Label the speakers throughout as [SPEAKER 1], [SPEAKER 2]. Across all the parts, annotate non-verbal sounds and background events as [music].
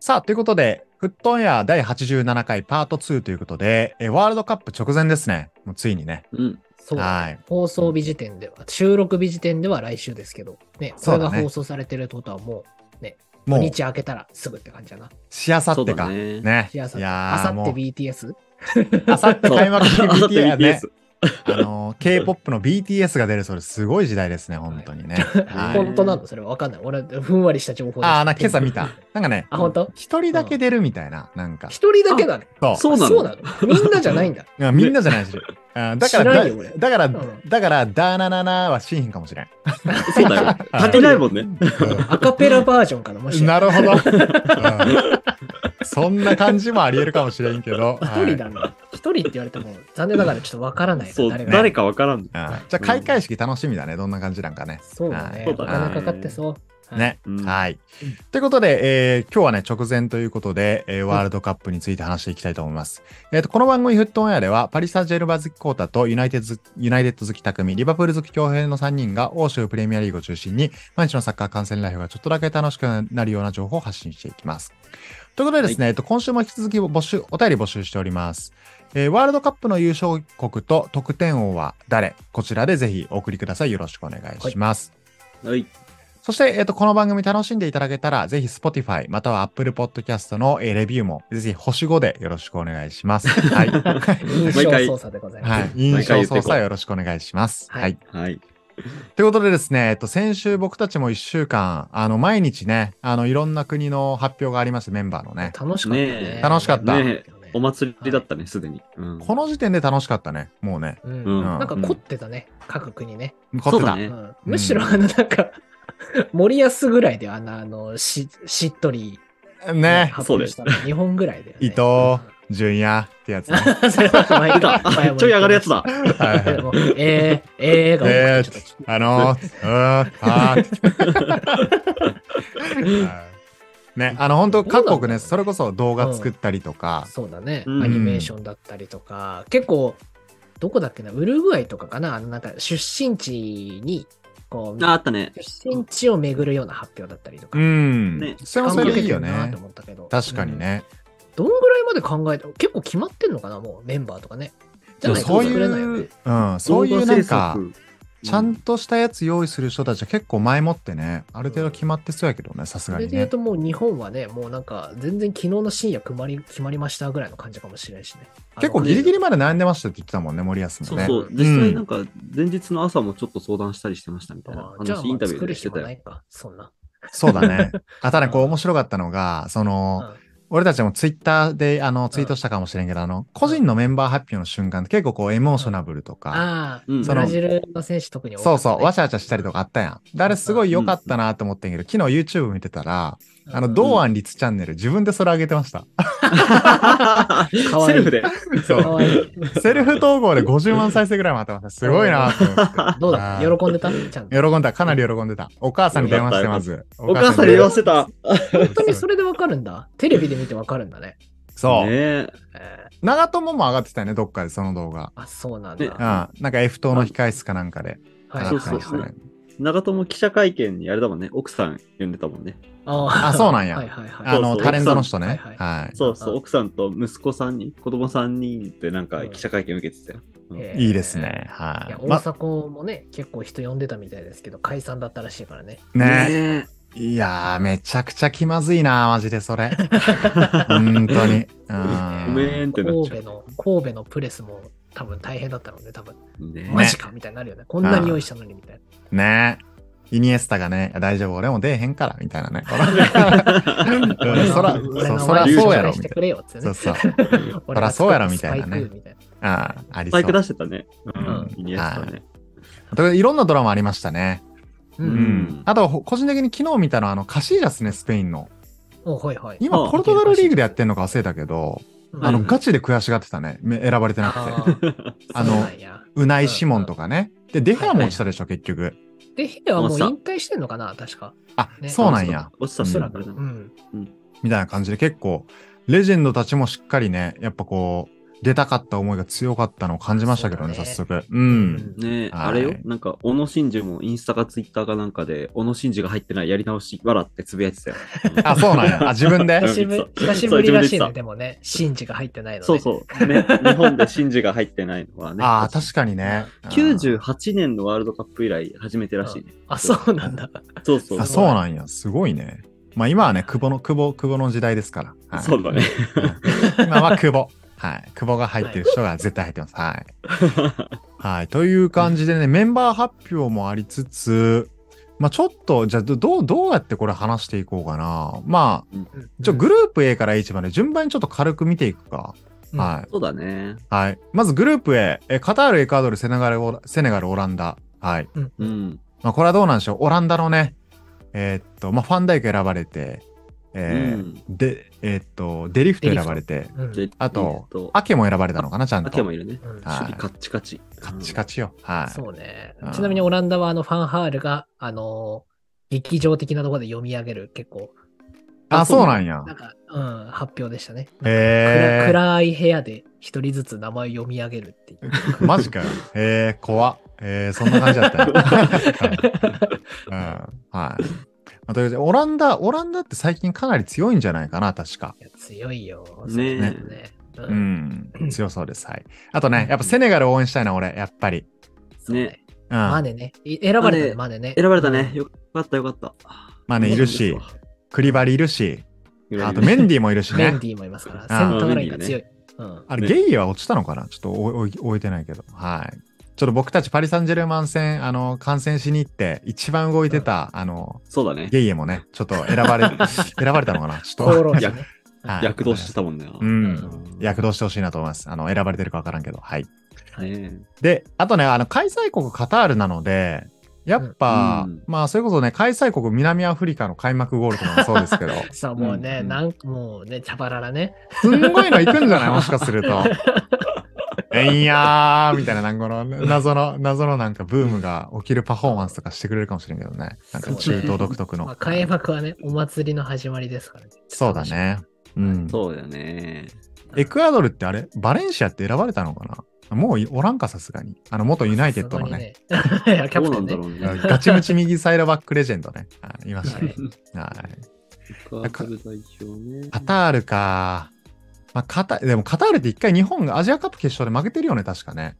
[SPEAKER 1] さあ、ということで、フットオンエア第87回パート2ということで、えワールドカップ直前ですね。もうついにね。
[SPEAKER 2] うん。
[SPEAKER 3] そう。
[SPEAKER 1] はい。
[SPEAKER 3] 放送日時点では、収録日時点では来週ですけど、ね、こ
[SPEAKER 1] そう
[SPEAKER 3] れ
[SPEAKER 1] だね
[SPEAKER 3] が放送されてるってことはもう、
[SPEAKER 1] もう、
[SPEAKER 3] 日明けたらすぐって感じだな。
[SPEAKER 1] しあさ
[SPEAKER 2] そ
[SPEAKER 1] っ
[SPEAKER 2] う
[SPEAKER 1] て
[SPEAKER 2] だ
[SPEAKER 1] か。
[SPEAKER 2] ね。
[SPEAKER 1] ね。
[SPEAKER 3] しあさ
[SPEAKER 1] い
[SPEAKER 3] って、
[SPEAKER 1] や
[SPEAKER 3] あさ
[SPEAKER 1] ー
[SPEAKER 3] っ
[SPEAKER 1] も
[SPEAKER 3] て
[SPEAKER 1] う
[SPEAKER 3] BTS?
[SPEAKER 1] あさって開幕
[SPEAKER 2] そう
[SPEAKER 1] 式
[SPEAKER 2] あさって
[SPEAKER 1] BTS ね
[SPEAKER 2] BTS。。
[SPEAKER 1] あの、K-POP の BTS が出る、それすごい時代ですね、本当に
[SPEAKER 3] [laughs]
[SPEAKER 1] ね。
[SPEAKER 2] は
[SPEAKER 1] は
[SPEAKER 2] い
[SPEAKER 1] い
[SPEAKER 3] 本当なのそれわかんない。俺、ふんわりした情報で
[SPEAKER 1] ああ、な、今朝見た。なんかね、
[SPEAKER 3] あ、本当？
[SPEAKER 1] 一人だけ出るみたいな、なんか。
[SPEAKER 3] 一人だけだね。
[SPEAKER 1] そう。
[SPEAKER 2] そうなの
[SPEAKER 3] そうなのみんなじゃない
[SPEAKER 1] [laughs]
[SPEAKER 3] んだ。
[SPEAKER 1] いやみんなじゃないし。あーだか
[SPEAKER 3] 知
[SPEAKER 1] ら、
[SPEAKER 3] らん
[SPEAKER 1] だ
[SPEAKER 3] よ俺
[SPEAKER 1] だから、
[SPEAKER 3] ん
[SPEAKER 1] だから、ダーナナナはシーンかもし
[SPEAKER 3] [laughs]
[SPEAKER 1] れん。
[SPEAKER 2] そうだよ。勝てないもんね。
[SPEAKER 3] アカペラバージョンかなもし
[SPEAKER 1] [laughs] なるほ
[SPEAKER 3] [laughs]
[SPEAKER 1] ど、うんそんな感じもありえるかもしれんけど。
[SPEAKER 3] [laughs] 一人
[SPEAKER 1] はい
[SPEAKER 3] だな。一人って言われても、残念ながらちょっとわからないな。
[SPEAKER 2] そう、
[SPEAKER 3] 誰が。
[SPEAKER 2] 誰かわからん。
[SPEAKER 1] うんじゃあ、開会式楽しみだね。どんな感じなんかね。
[SPEAKER 3] そうだね。
[SPEAKER 2] そ
[SPEAKER 3] お
[SPEAKER 2] うだね
[SPEAKER 3] 金かかってそう。はい
[SPEAKER 1] ね。
[SPEAKER 2] うん
[SPEAKER 1] はい
[SPEAKER 3] うん。
[SPEAKER 1] ということで、えー今日はね、直前ということで、えーワールドカップについて話していきたいと思います。えーと、この番組、フットオンエアでは、パリ・サンジェルバ好きコータとユナイテッド、ユナイテッド好き匠、リバプール好き強兵の3人が、欧州プレミアリーグを中心に、毎日のサッカー観戦ライフがちょっとだけ楽しくなるような情報を発信していきます。ということでですね、えっと今週も引き続き募集、お便り募集しております。えーワールドカップの優勝国と得点王は誰こちらでぜひお送りください。よろしくお願いします。
[SPEAKER 2] はい。
[SPEAKER 1] そして、えっと、この番組楽しんでいただけたら、ぜひ Spotify または Apple Podcast のえーレビューも、ぜひ星5でよろしくお願いします。はい。
[SPEAKER 3] 印象操作でございます。
[SPEAKER 1] はい。印象操作よろしくお願いします。
[SPEAKER 3] はい
[SPEAKER 1] はい。
[SPEAKER 2] はい。
[SPEAKER 1] ということでですね、えっと、先週僕たちも1週間、あの、毎日ね、あの、いろんな国の発表があります、メンバーのね。
[SPEAKER 3] 楽しかった
[SPEAKER 2] ね
[SPEAKER 3] ね
[SPEAKER 2] え。
[SPEAKER 1] 楽しかった
[SPEAKER 2] ねお祭りだったね、すでに。うん
[SPEAKER 1] この時点で楽しかったね、もうね。
[SPEAKER 3] う
[SPEAKER 2] うんん
[SPEAKER 3] なんか凝ってたね、各国ね。
[SPEAKER 1] 凝っ
[SPEAKER 2] そ
[SPEAKER 1] て
[SPEAKER 2] うだ
[SPEAKER 1] た。
[SPEAKER 2] ね
[SPEAKER 3] うんむしろ、あの、なんか、 [laughs] 森保ぐらいで、あの、あのししっとり
[SPEAKER 1] ね。
[SPEAKER 3] 発表したの、日本ぐらいだよね。
[SPEAKER 1] [laughs] 伊藤純也ってやつね。
[SPEAKER 3] [laughs] それは前
[SPEAKER 2] 出た
[SPEAKER 3] 前も言ってました
[SPEAKER 2] [laughs] あちょい上がるやつだ。
[SPEAKER 1] はいはい
[SPEAKER 3] でもえー、えーが
[SPEAKER 1] え
[SPEAKER 3] 多
[SPEAKER 1] ー
[SPEAKER 3] くてちょっと
[SPEAKER 1] あのー、うーん、あーって。ね、あの、本当各国ね、それこそ動画作ったりとか、
[SPEAKER 3] そうだね、
[SPEAKER 2] うん
[SPEAKER 3] アニメーションだったりとか、結構、どこだっけな、ウルグアイとかかな、あのなんか出身地に、こう、
[SPEAKER 2] ああったね。
[SPEAKER 3] 出身地を巡るような発表だったりとか、
[SPEAKER 1] うん、
[SPEAKER 2] ね
[SPEAKER 1] それもそれでいいよ
[SPEAKER 3] 考えてるな
[SPEAKER 1] ね
[SPEAKER 3] と。思ったけど
[SPEAKER 1] 確かに。ね。
[SPEAKER 3] うんどんぐらいまで考えて、結構決まってんのかな、もうメンバーとかね。じゃない
[SPEAKER 1] そ
[SPEAKER 3] と
[SPEAKER 1] うい
[SPEAKER 3] 作れないよね
[SPEAKER 1] う。、うん、そういうなんか、
[SPEAKER 2] 動画制作、
[SPEAKER 1] ちゃん
[SPEAKER 2] と
[SPEAKER 1] としたやつ用意する人たちは結構前もってね、ある程度決まってそうやけどね、さす
[SPEAKER 3] そ
[SPEAKER 1] が
[SPEAKER 3] れ
[SPEAKER 1] に
[SPEAKER 3] で言う
[SPEAKER 1] ね。
[SPEAKER 3] ともう日本はね、もうなんか全然昨日の深夜決まり決まりましたぐらいの感じかもしれないしね。
[SPEAKER 1] 結構
[SPEAKER 3] あの
[SPEAKER 1] ギリギリまで悩んでましたって言ってたもんね、森保
[SPEAKER 2] そ
[SPEAKER 1] も
[SPEAKER 2] う
[SPEAKER 1] ね
[SPEAKER 2] そ。
[SPEAKER 3] う。
[SPEAKER 2] うん実際なんか、前日の朝もちょっと相談したりしてましたみたいな
[SPEAKER 3] あじゃあ
[SPEAKER 2] 話、
[SPEAKER 3] ま
[SPEAKER 2] インタ
[SPEAKER 3] あ
[SPEAKER 2] ビューで
[SPEAKER 3] 作る
[SPEAKER 2] して
[SPEAKER 3] 暇
[SPEAKER 2] た
[SPEAKER 3] な
[SPEAKER 2] よ。
[SPEAKER 3] いか、そんな。
[SPEAKER 1] そうだ
[SPEAKER 3] [laughs]
[SPEAKER 1] ね。あ、ただこう面白かったのが、その、
[SPEAKER 3] うん
[SPEAKER 1] 俺たちもツイッターであのツイートしたかもしれんけど、あの、個人のメンバー発表の瞬間って結構こうエモーショナブルとか、
[SPEAKER 3] ああ、
[SPEAKER 2] うん
[SPEAKER 3] ブラジルの選手特に多
[SPEAKER 1] そうそう、わしゃわしゃ
[SPEAKER 3] ゃ
[SPEAKER 1] したりとかあったやん。であれすごい良かったなと思ってんけど、昨日 YouTube 見てたら、あの、
[SPEAKER 3] う
[SPEAKER 1] 堂安律チャンネル自分でそれ上げてました。
[SPEAKER 3] わいい
[SPEAKER 2] [laughs] セルフで。
[SPEAKER 1] そ
[SPEAKER 3] か
[SPEAKER 1] う。
[SPEAKER 3] わいい
[SPEAKER 1] [laughs] セルフ統合で50万再生ぐらい回ってました。すごいなと思って。
[SPEAKER 3] どうだ
[SPEAKER 1] あ
[SPEAKER 3] った
[SPEAKER 1] ー
[SPEAKER 3] 喜んでたちゃんと。
[SPEAKER 1] 喜んだ、かなり喜んでた。お母さんに電話してます。
[SPEAKER 2] お母さんに言わせた。
[SPEAKER 3] 本当にそれでわかるんだ。テレビで見てわかるんだね。
[SPEAKER 1] そう。
[SPEAKER 2] ね
[SPEAKER 3] えー
[SPEAKER 1] 長友も上がってたよね、どっかでその動画。
[SPEAKER 3] あ、そうなん
[SPEAKER 2] ね
[SPEAKER 3] だ。
[SPEAKER 1] うん。
[SPEAKER 3] は
[SPEAKER 1] なんか F 党の控室かなんかで。
[SPEAKER 3] い
[SPEAKER 2] そ
[SPEAKER 1] 上が
[SPEAKER 2] う
[SPEAKER 1] って
[SPEAKER 2] そ
[SPEAKER 1] ま
[SPEAKER 2] う
[SPEAKER 1] したね。
[SPEAKER 2] 長友記者会見にあれだもんね、奥さん呼んでたもんね。
[SPEAKER 3] あ
[SPEAKER 1] あ
[SPEAKER 3] ー
[SPEAKER 1] そうなんや
[SPEAKER 3] はいはいはい。
[SPEAKER 1] あの、
[SPEAKER 2] そうそう
[SPEAKER 1] タレントの人
[SPEAKER 3] はい
[SPEAKER 1] ね
[SPEAKER 3] はい。
[SPEAKER 1] はい。
[SPEAKER 2] そうそうう、
[SPEAKER 3] ん
[SPEAKER 2] 奥さんと息子さんに、子供さんにでなんか記者会見受けてたよ。うん
[SPEAKER 3] えー
[SPEAKER 1] いいです。ね。はい
[SPEAKER 3] や
[SPEAKER 1] い。
[SPEAKER 3] 大
[SPEAKER 1] ま、
[SPEAKER 3] 阪もね、結構人呼んでたみたいですけど、解散だったらしいからね。
[SPEAKER 1] ね
[SPEAKER 2] ね
[SPEAKER 1] いやー、めちゃくちゃ気まずいな、マジでそれ。本当に。うん
[SPEAKER 2] [laughs] ごめんって
[SPEAKER 3] 神
[SPEAKER 2] なっちゃ
[SPEAKER 3] 戸の、神戸のプレスも多分大変だったので、多分、
[SPEAKER 2] う。
[SPEAKER 1] [laughs]
[SPEAKER 2] ね
[SPEAKER 3] マジかみたいになるよね。こんなに用意したのにみたい
[SPEAKER 1] ねイニエスタがね、大丈夫、俺も出えへんから、みたいなね。
[SPEAKER 3] な。 [laughs]
[SPEAKER 1] うんそら、
[SPEAKER 3] 俺
[SPEAKER 1] そう
[SPEAKER 3] の
[SPEAKER 1] そらそうやろ、
[SPEAKER 3] し
[SPEAKER 1] み
[SPEAKER 3] て
[SPEAKER 1] た
[SPEAKER 3] く
[SPEAKER 1] い
[SPEAKER 3] れよって
[SPEAKER 1] な。
[SPEAKER 3] ね
[SPEAKER 1] そうそう。そ
[SPEAKER 3] 俺
[SPEAKER 1] ら
[SPEAKER 3] が
[SPEAKER 1] そうやろみ
[SPEAKER 3] 作ったた
[SPEAKER 1] いなね
[SPEAKER 3] スパイクみたい
[SPEAKER 1] あーありそ
[SPEAKER 2] スパイク
[SPEAKER 1] う。
[SPEAKER 2] 出してたね。うん。イニエスタね。
[SPEAKER 1] あといろんなドラマありましたね。
[SPEAKER 3] う。
[SPEAKER 1] うんん。あと、ほ個人的に昨日見たのは、あの、カシーラスね、スペインの。
[SPEAKER 3] おはいはい。
[SPEAKER 1] 今、
[SPEAKER 2] あ
[SPEAKER 1] ポルトガルリーグでやってんのか忘れたけど、
[SPEAKER 3] う
[SPEAKER 1] [laughs]
[SPEAKER 3] ん
[SPEAKER 1] あの、
[SPEAKER 2] はい
[SPEAKER 1] ガチで悔しがってたね。め選ばれてなくて。
[SPEAKER 3] あー
[SPEAKER 1] あ
[SPEAKER 3] そう
[SPEAKER 1] の
[SPEAKER 3] なん、や
[SPEAKER 1] うないシモンとかね。で、デヘアも落ちたでしょ、結局。
[SPEAKER 3] で、ヘアはもう引退してんのかな、確か。
[SPEAKER 1] あ、
[SPEAKER 3] ね
[SPEAKER 1] そうなんや。。
[SPEAKER 2] 落ちた
[SPEAKER 3] お
[SPEAKER 2] し
[SPEAKER 3] そ
[SPEAKER 2] な
[SPEAKER 3] ら
[SPEAKER 2] ん
[SPEAKER 3] く。
[SPEAKER 2] だ
[SPEAKER 3] うん。
[SPEAKER 1] みたいな感じで結構、レジェンドたちもしっかりね、やっぱこう、出たかった思いが強かったのを感じましたけどね、
[SPEAKER 3] そうだ
[SPEAKER 1] 早速。
[SPEAKER 3] ね
[SPEAKER 1] うん。
[SPEAKER 2] ねえ、
[SPEAKER 1] はい
[SPEAKER 2] あれよ、なんか、小野真珠もインスタかツイッターかなんかで、小野真珠が入ってないやり直し、笑ってつぶやいてたよ。
[SPEAKER 1] あ、そうなんや。あ、自
[SPEAKER 3] [laughs]
[SPEAKER 1] 分で
[SPEAKER 3] 久しぶり
[SPEAKER 2] そう
[SPEAKER 3] 久しぶりらし
[SPEAKER 2] そう自分で言
[SPEAKER 3] いね、
[SPEAKER 2] ってた
[SPEAKER 3] でもね、シンジが入ってないのね。
[SPEAKER 2] そうそう、ね。日本で真珠が入ってないのはね。
[SPEAKER 1] ああ、確かにね。
[SPEAKER 2] 98年のワールドカップ以来初めてらしいね。
[SPEAKER 3] あ、そうなんだ。
[SPEAKER 2] そうそう。
[SPEAKER 1] あそうなんや。すごいね。まあ今はね、久保の、久保、久保の時代ですから。はい
[SPEAKER 2] そうだね。
[SPEAKER 1] [laughs] 今は久保。はい。久保が入ってる人が絶対入ってます。 [laughs] はい。はい。という感じでね、メンバー発表もありつつ、まあちょっと、じゃあどどう、どうやってこれ話していこうかな。まあ、ちょ、グループ A から H まで順番にちょっと軽く見ていくか。
[SPEAKER 3] うん
[SPEAKER 1] はい。
[SPEAKER 2] そうだね。
[SPEAKER 1] はい。まずグループ A、えカタール、エクアドル、セネガル、オラセネガル、オランダ。はい。
[SPEAKER 3] う
[SPEAKER 2] うんん。
[SPEAKER 1] まあこれはどうなんでしょう。オランダのね、えーっと、まあファンダイク選ばれて、えー
[SPEAKER 2] うん
[SPEAKER 1] で、えーっと、デリフト選ばれて、
[SPEAKER 3] うん
[SPEAKER 2] で
[SPEAKER 1] あ
[SPEAKER 2] えーっ
[SPEAKER 1] と
[SPEAKER 2] と、
[SPEAKER 1] アケも選ばれたのかな、ちゃんと。
[SPEAKER 2] アケもいるね。
[SPEAKER 3] うん
[SPEAKER 1] はい
[SPEAKER 2] 守備カッチカチ。
[SPEAKER 1] カッチカチよ。はい。
[SPEAKER 3] そうね
[SPEAKER 1] うん。
[SPEAKER 3] ちなみにオランダはあのファンハールが、あのー劇場的なところで読み上げる結構、
[SPEAKER 1] あ、そうなんや。
[SPEAKER 3] なんか、うん、発表でしたね。
[SPEAKER 1] へー
[SPEAKER 3] 暗い部屋で一人ずつ名前を読み上げるっていう。
[SPEAKER 1] マジかよ。へえ、怖っ。えー、そんな感じだったよ。うん、はい。まあということで、オランダ、オランダって最近かなり強いんじゃないかな、確か。
[SPEAKER 3] いや強いよ。
[SPEAKER 2] ね
[SPEAKER 3] そうだねう
[SPEAKER 1] うんん、強そうです。はい。あとね、やっぱセネガル応援したいな、俺、やっぱり。
[SPEAKER 3] そうね。
[SPEAKER 1] うん。
[SPEAKER 3] マ
[SPEAKER 1] ま
[SPEAKER 3] ネね。い選ばれたね、マ
[SPEAKER 2] マ
[SPEAKER 3] ネね。
[SPEAKER 2] 選ばれたね。
[SPEAKER 3] うん。
[SPEAKER 2] よかったよかった。
[SPEAKER 1] あね、いるし、クリバリいるし、あとメンディーもいるし
[SPEAKER 3] メン
[SPEAKER 1] ね。
[SPEAKER 3] ディーもいますから、セン
[SPEAKER 1] あー
[SPEAKER 3] ターラインが強い。うん。
[SPEAKER 1] あれ、ゲイは落ちたのかなちょっとおお終えてないけど。はい。ちょっと僕たちパリ・サンジェルマン戦、あの、観戦しに行って、一番動いてた、あの、
[SPEAKER 2] そうだね。
[SPEAKER 1] ゲイエもね、ちょっと選ばれ、選ばれたのかなちょ
[SPEAKER 3] 厚
[SPEAKER 1] っと。
[SPEAKER 3] 労者ね。
[SPEAKER 1] はい
[SPEAKER 2] 躍動してたもんね。
[SPEAKER 1] うん。躍動してほしいなと思います。あの、選ばれてるかわからんけど。はい。
[SPEAKER 2] ね
[SPEAKER 1] で、あとね、あの、開催国カタールなので、やっぱ、
[SPEAKER 2] うん
[SPEAKER 1] まあ、それこそね、開催国南アフリカの開幕ゴールとかもそうですけど、 [laughs]
[SPEAKER 3] さあもうね、
[SPEAKER 2] うん
[SPEAKER 3] なんもうね、茶ばららね。
[SPEAKER 1] すんごいの行くんじゃないもしかすると。えいやーみたいな、なんかこの謎の、謎のなんかブームが起きるパフォーマンスとかしてくれるかもしれんけどね。なんか中東独特の。
[SPEAKER 3] [laughs] まあ、開幕はね、お祭りの始まりですからね。
[SPEAKER 1] そうだね。うん。
[SPEAKER 2] そうだよね。
[SPEAKER 1] エクアドルってあれバレンシアって選ばれたのかなもういおらんかさすがに。あの元ユナイテッドのね、
[SPEAKER 3] さすがにね。いや、 [laughs] キ
[SPEAKER 2] ど
[SPEAKER 3] ャ
[SPEAKER 2] う
[SPEAKER 3] プ
[SPEAKER 2] な
[SPEAKER 3] テ
[SPEAKER 2] んだ
[SPEAKER 3] ンね
[SPEAKER 2] ろ。うね。
[SPEAKER 1] ガチムチ右サイドバックレジェンドね。はいいました
[SPEAKER 3] [laughs]
[SPEAKER 1] ね。はい。
[SPEAKER 2] カタール代表ね。
[SPEAKER 1] カタールか。まあ、カタでもカタールって一回日本がアジアカップ決勝で負けてるよね、確かね。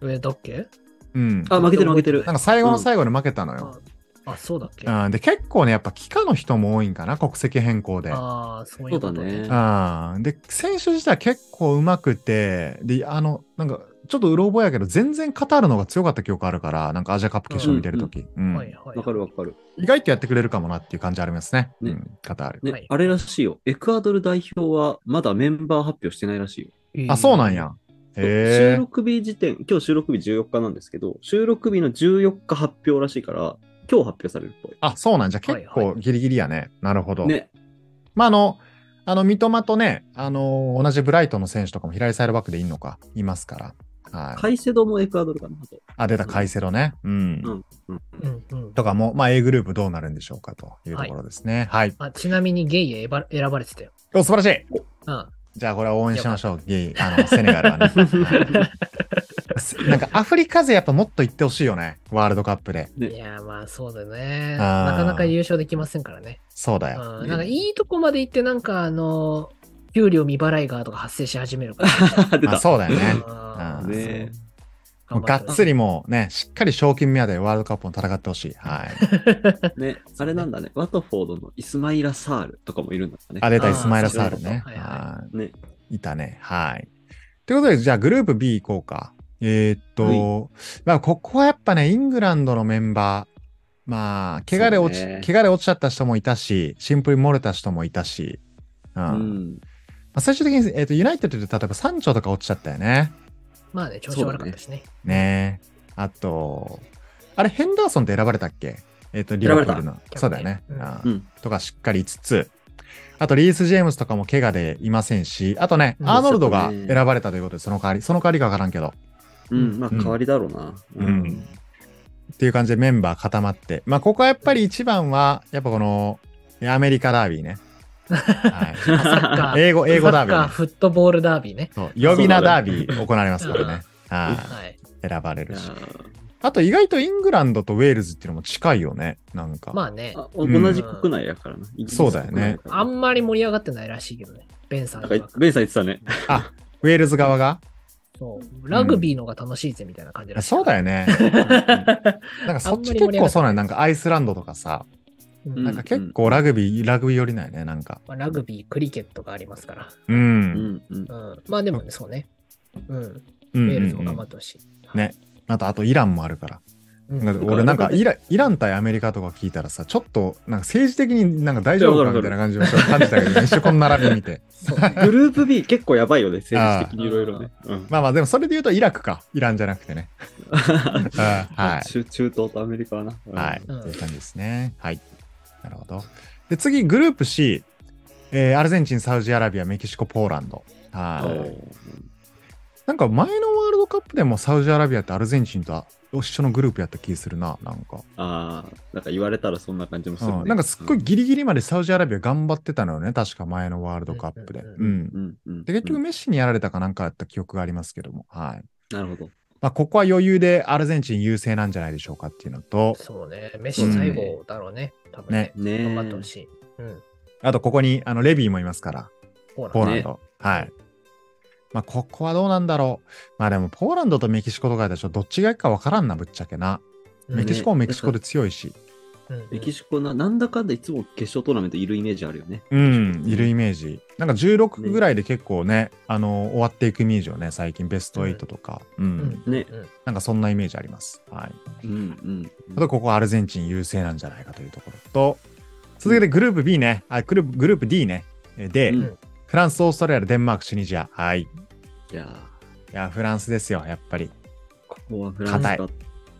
[SPEAKER 3] 上どっけ
[SPEAKER 1] うん。
[SPEAKER 2] あ、負けてる負けてる
[SPEAKER 1] なん。か最後の最後で負けたのよ。
[SPEAKER 3] あ、そうだっけ、あ
[SPEAKER 1] うん、で、結構ね、やっぱ帰化の人も多いんかな、国籍変更で。
[SPEAKER 3] あ、そういうこと
[SPEAKER 2] そう
[SPEAKER 3] ね。
[SPEAKER 2] だね
[SPEAKER 1] うん、で、選手自体結構うまくて、で、あの、なんか、ちょっとうろ覚えやけど、全然カタールの方が強かった記憶あるから、なんかアジアカップ決勝見てるとき。うん
[SPEAKER 3] はいはい。
[SPEAKER 2] わかるわかる。
[SPEAKER 1] 意外とやってくれるかもなっていう感じありますね。
[SPEAKER 2] ね
[SPEAKER 1] うん、カタール。
[SPEAKER 2] ね、
[SPEAKER 3] はい
[SPEAKER 2] あれらしいよ。エクアドル代表はまだメンバー発表してないらしいよ。
[SPEAKER 1] あ、そうなん
[SPEAKER 3] や。
[SPEAKER 1] や。
[SPEAKER 2] 収
[SPEAKER 1] へ
[SPEAKER 2] 録日時点、今日収録日14日なんですけど、収録日の14日発表らしいから、今日発表されるっぽい。
[SPEAKER 1] あ、そうなんじゃ。
[SPEAKER 3] はい
[SPEAKER 1] 結構ギリギリやね。なるほど。
[SPEAKER 2] ね、
[SPEAKER 1] まあ、あの、あの、三笘とね、あの、同じブライトンの選手とかも左サイドバックでいいのか、いますから。はい。
[SPEAKER 2] カイセドもエクアドルかなと。
[SPEAKER 1] あ、出た、カイセロね。うん。
[SPEAKER 2] うんうん [laughs]
[SPEAKER 3] うんうん
[SPEAKER 1] とかも、まあ、A グループどうなるんでしょうかというところですね。はい。
[SPEAKER 3] あちなみにゲイ選ば選ばれてたよ。
[SPEAKER 1] お、素晴らしい
[SPEAKER 3] うん。
[SPEAKER 1] じゃあ、これは応援しましょう。ゲイ、あの、セネガルは [laughs] ね。はいなんか、アフリカ勢やっぱもっと行ってほしいよね。ワールドカップで。
[SPEAKER 2] ね
[SPEAKER 3] いや、まあそうだね。
[SPEAKER 1] あー
[SPEAKER 3] なかなか優勝できませんからね。
[SPEAKER 1] そうだよ。
[SPEAKER 3] うん。なんかいいとこまで行って、なんかあの、給料未払いがとか発生し始めるから。
[SPEAKER 2] 出
[SPEAKER 1] まあ、
[SPEAKER 2] た。
[SPEAKER 1] そうだよ [laughs] ね。
[SPEAKER 3] あー
[SPEAKER 1] うん
[SPEAKER 2] ね
[SPEAKER 3] そう
[SPEAKER 1] もうがっつり
[SPEAKER 3] 頑
[SPEAKER 1] もうね、しっかり賞金目当てでワールドカップも戦ってほしい。はい。
[SPEAKER 3] 張ってください
[SPEAKER 2] ね、あれなんだね。ワトフォードのイスマイラ・サールとかもいるんだね。
[SPEAKER 1] あ、出た、
[SPEAKER 3] あー
[SPEAKER 1] イスマイラ・サールね。
[SPEAKER 3] そういうことはいは
[SPEAKER 1] は
[SPEAKER 2] ね、
[SPEAKER 1] い。いたね。はい。ということで、じゃあグループ B 行こうか。えーっと、まあ、ここはやっぱね、イングランドのメンバー、まあ、怪我で落ち、
[SPEAKER 2] そうね
[SPEAKER 1] 怪我で落ちちゃった人もいたし、シンプルに漏れた人もいたし、うん。
[SPEAKER 2] う
[SPEAKER 1] ま
[SPEAKER 2] ん。
[SPEAKER 1] あ、最終的に、えーっと、ユナイテッドで例えばサンチョとか落ちちゃったよね。
[SPEAKER 3] まあね、調子悪かったしね。
[SPEAKER 1] ねえ。あと、あれ、ヘンダーソンって選ばれたっけえっ、と、リバプールの。そうだよね。
[SPEAKER 3] うん
[SPEAKER 1] あー
[SPEAKER 2] うん
[SPEAKER 1] とかしっかり5つ。あと、リース・ジェームスとかも怪我でいませんし、あとね、
[SPEAKER 3] うん
[SPEAKER 1] アーノルドが
[SPEAKER 2] そう
[SPEAKER 1] 選
[SPEAKER 2] だね
[SPEAKER 1] ばれたということで、その代わり、その代わりかわからんけど、
[SPEAKER 2] うん、まあ
[SPEAKER 1] うん
[SPEAKER 2] 代わりだろうな。
[SPEAKER 1] うんっていう感じでメンバー固まって、まあ、ここはやっぱり一番は、やっぱこの、アメリカダービーね。はい
[SPEAKER 3] あサッ
[SPEAKER 1] [laughs]
[SPEAKER 3] [laughs] カー、
[SPEAKER 1] 英語英語ダービーね
[SPEAKER 3] サッカー、フットボールダービーね。
[SPEAKER 1] そう呼び名ダービー行われますからね。は
[SPEAKER 3] はい。
[SPEAKER 1] い。選ばれ
[SPEAKER 2] い
[SPEAKER 1] る
[SPEAKER 2] や
[SPEAKER 1] し。
[SPEAKER 2] ー
[SPEAKER 1] あと意外とイングランドとウェールズっていうのも近いよね。なんか。
[SPEAKER 3] まあね、
[SPEAKER 2] あ同じ国内やからな。イギリス
[SPEAKER 1] そうだよね
[SPEAKER 2] 国内から
[SPEAKER 3] あんまり盛り上がってないらしいけどね。ベンさん
[SPEAKER 2] な
[SPEAKER 3] と
[SPEAKER 2] ん
[SPEAKER 3] か
[SPEAKER 2] か、ベンさん言ってたね。
[SPEAKER 1] ウェールズ側が
[SPEAKER 3] そう。ラグビーの方が楽しいぜみたいな感じらしい。
[SPEAKER 1] そうだよね。なんかそっち結構そうなんなんかアイスランドとかさ、
[SPEAKER 3] うん
[SPEAKER 1] なんか結構ラグビー、ラグビー寄りないね、なんか。
[SPEAKER 3] まあラグビー、クリケットがありますから。
[SPEAKER 1] う。
[SPEAKER 2] うんんうん。
[SPEAKER 3] うん。まあでもね、そうね。うん。
[SPEAKER 1] う
[SPEAKER 3] ウ
[SPEAKER 1] ん
[SPEAKER 3] ェー
[SPEAKER 1] う
[SPEAKER 3] ルズも
[SPEAKER 1] んう
[SPEAKER 3] 頑張っ
[SPEAKER 1] ん。
[SPEAKER 3] てほしい。
[SPEAKER 1] ねあと、あとイランもあるから。
[SPEAKER 3] うん。
[SPEAKER 1] なんか俺なんかイライラン対アメリカとか聞いたらさ、ちょっとなんか政治的になんか大丈夫かみたいな感じをちょっと感じたけど、一緒この並び見 [laughs] て。
[SPEAKER 3] そうね
[SPEAKER 2] グループ B 結構やばいよね、政治的にいろいろね。うん
[SPEAKER 1] まあまあでもそれで言うとイラクか。イランじゃなくて [laughs] ね。うんはい。
[SPEAKER 2] 中中東とアメリカはな。うん
[SPEAKER 1] はい。
[SPEAKER 3] うん
[SPEAKER 1] という感じですね。はい。なるほど。で、次、グループ C。えーアルゼンチン、サウジアラビア、メキシコ、ポーランド。
[SPEAKER 2] お
[SPEAKER 1] はい。
[SPEAKER 2] ー
[SPEAKER 1] なんか前のワールドカップでもサウジアラビアってアルゼンチンと一緒のグループやった気するな、なんか。
[SPEAKER 2] ああ、なんか言われたらそんな感じもするね。
[SPEAKER 1] うん、なんかすっご
[SPEAKER 2] い。
[SPEAKER 1] いギリギリまでサウジアラビア頑張ってたのよね、確か前のワールドカップで。
[SPEAKER 3] うん
[SPEAKER 1] う。
[SPEAKER 3] うん
[SPEAKER 2] うんうん。
[SPEAKER 1] で、結
[SPEAKER 2] う
[SPEAKER 1] 局
[SPEAKER 2] ん
[SPEAKER 1] メッシにやられたかなんかやった記憶がありますけども。はい。
[SPEAKER 2] なるほど。
[SPEAKER 1] まあ、ここは余裕でアルゼンチン優勢なんじゃないでしょうかっていうのと、
[SPEAKER 3] そうね。メッシ最後だろうね。多分ね。
[SPEAKER 2] ね
[SPEAKER 3] 頑張ってほしい。うん。
[SPEAKER 1] あとここにあのレビーもいますから、
[SPEAKER 3] ほら
[SPEAKER 1] ポーランド。はい。まあ、ここはどうなんだろう。まあでも、ポーランドとメキシコとかだとちょっとどっちがいいかわからんな、ぶっちゃけな。
[SPEAKER 3] うん
[SPEAKER 1] メキシコもメキシコで強いし。
[SPEAKER 3] うんうん
[SPEAKER 2] メキシコな、なんだかんだいつも決勝トーナメントいるイメージあるよね。
[SPEAKER 1] うん、いるイメージ。なんか16ぐらいで結構ね、あの、終わっていくイメージよね、最近、ベスト8とか。うん。
[SPEAKER 3] うん
[SPEAKER 2] ね。
[SPEAKER 3] うん
[SPEAKER 1] なんかそんなイメージあります。はい。
[SPEAKER 2] うんうん。
[SPEAKER 1] あと、ここはアルゼンチン優勢なんじゃないかというところと、続けてグループ B ね、あグループグループ D ね。えで、
[SPEAKER 2] うん
[SPEAKER 1] フランス、オーストラリア、デンマーク、チュニジア。はい。い
[SPEAKER 2] いやー
[SPEAKER 1] や、フランスですよ、やっぱり。
[SPEAKER 2] ここはフランス
[SPEAKER 1] 硬い
[SPEAKER 2] だ。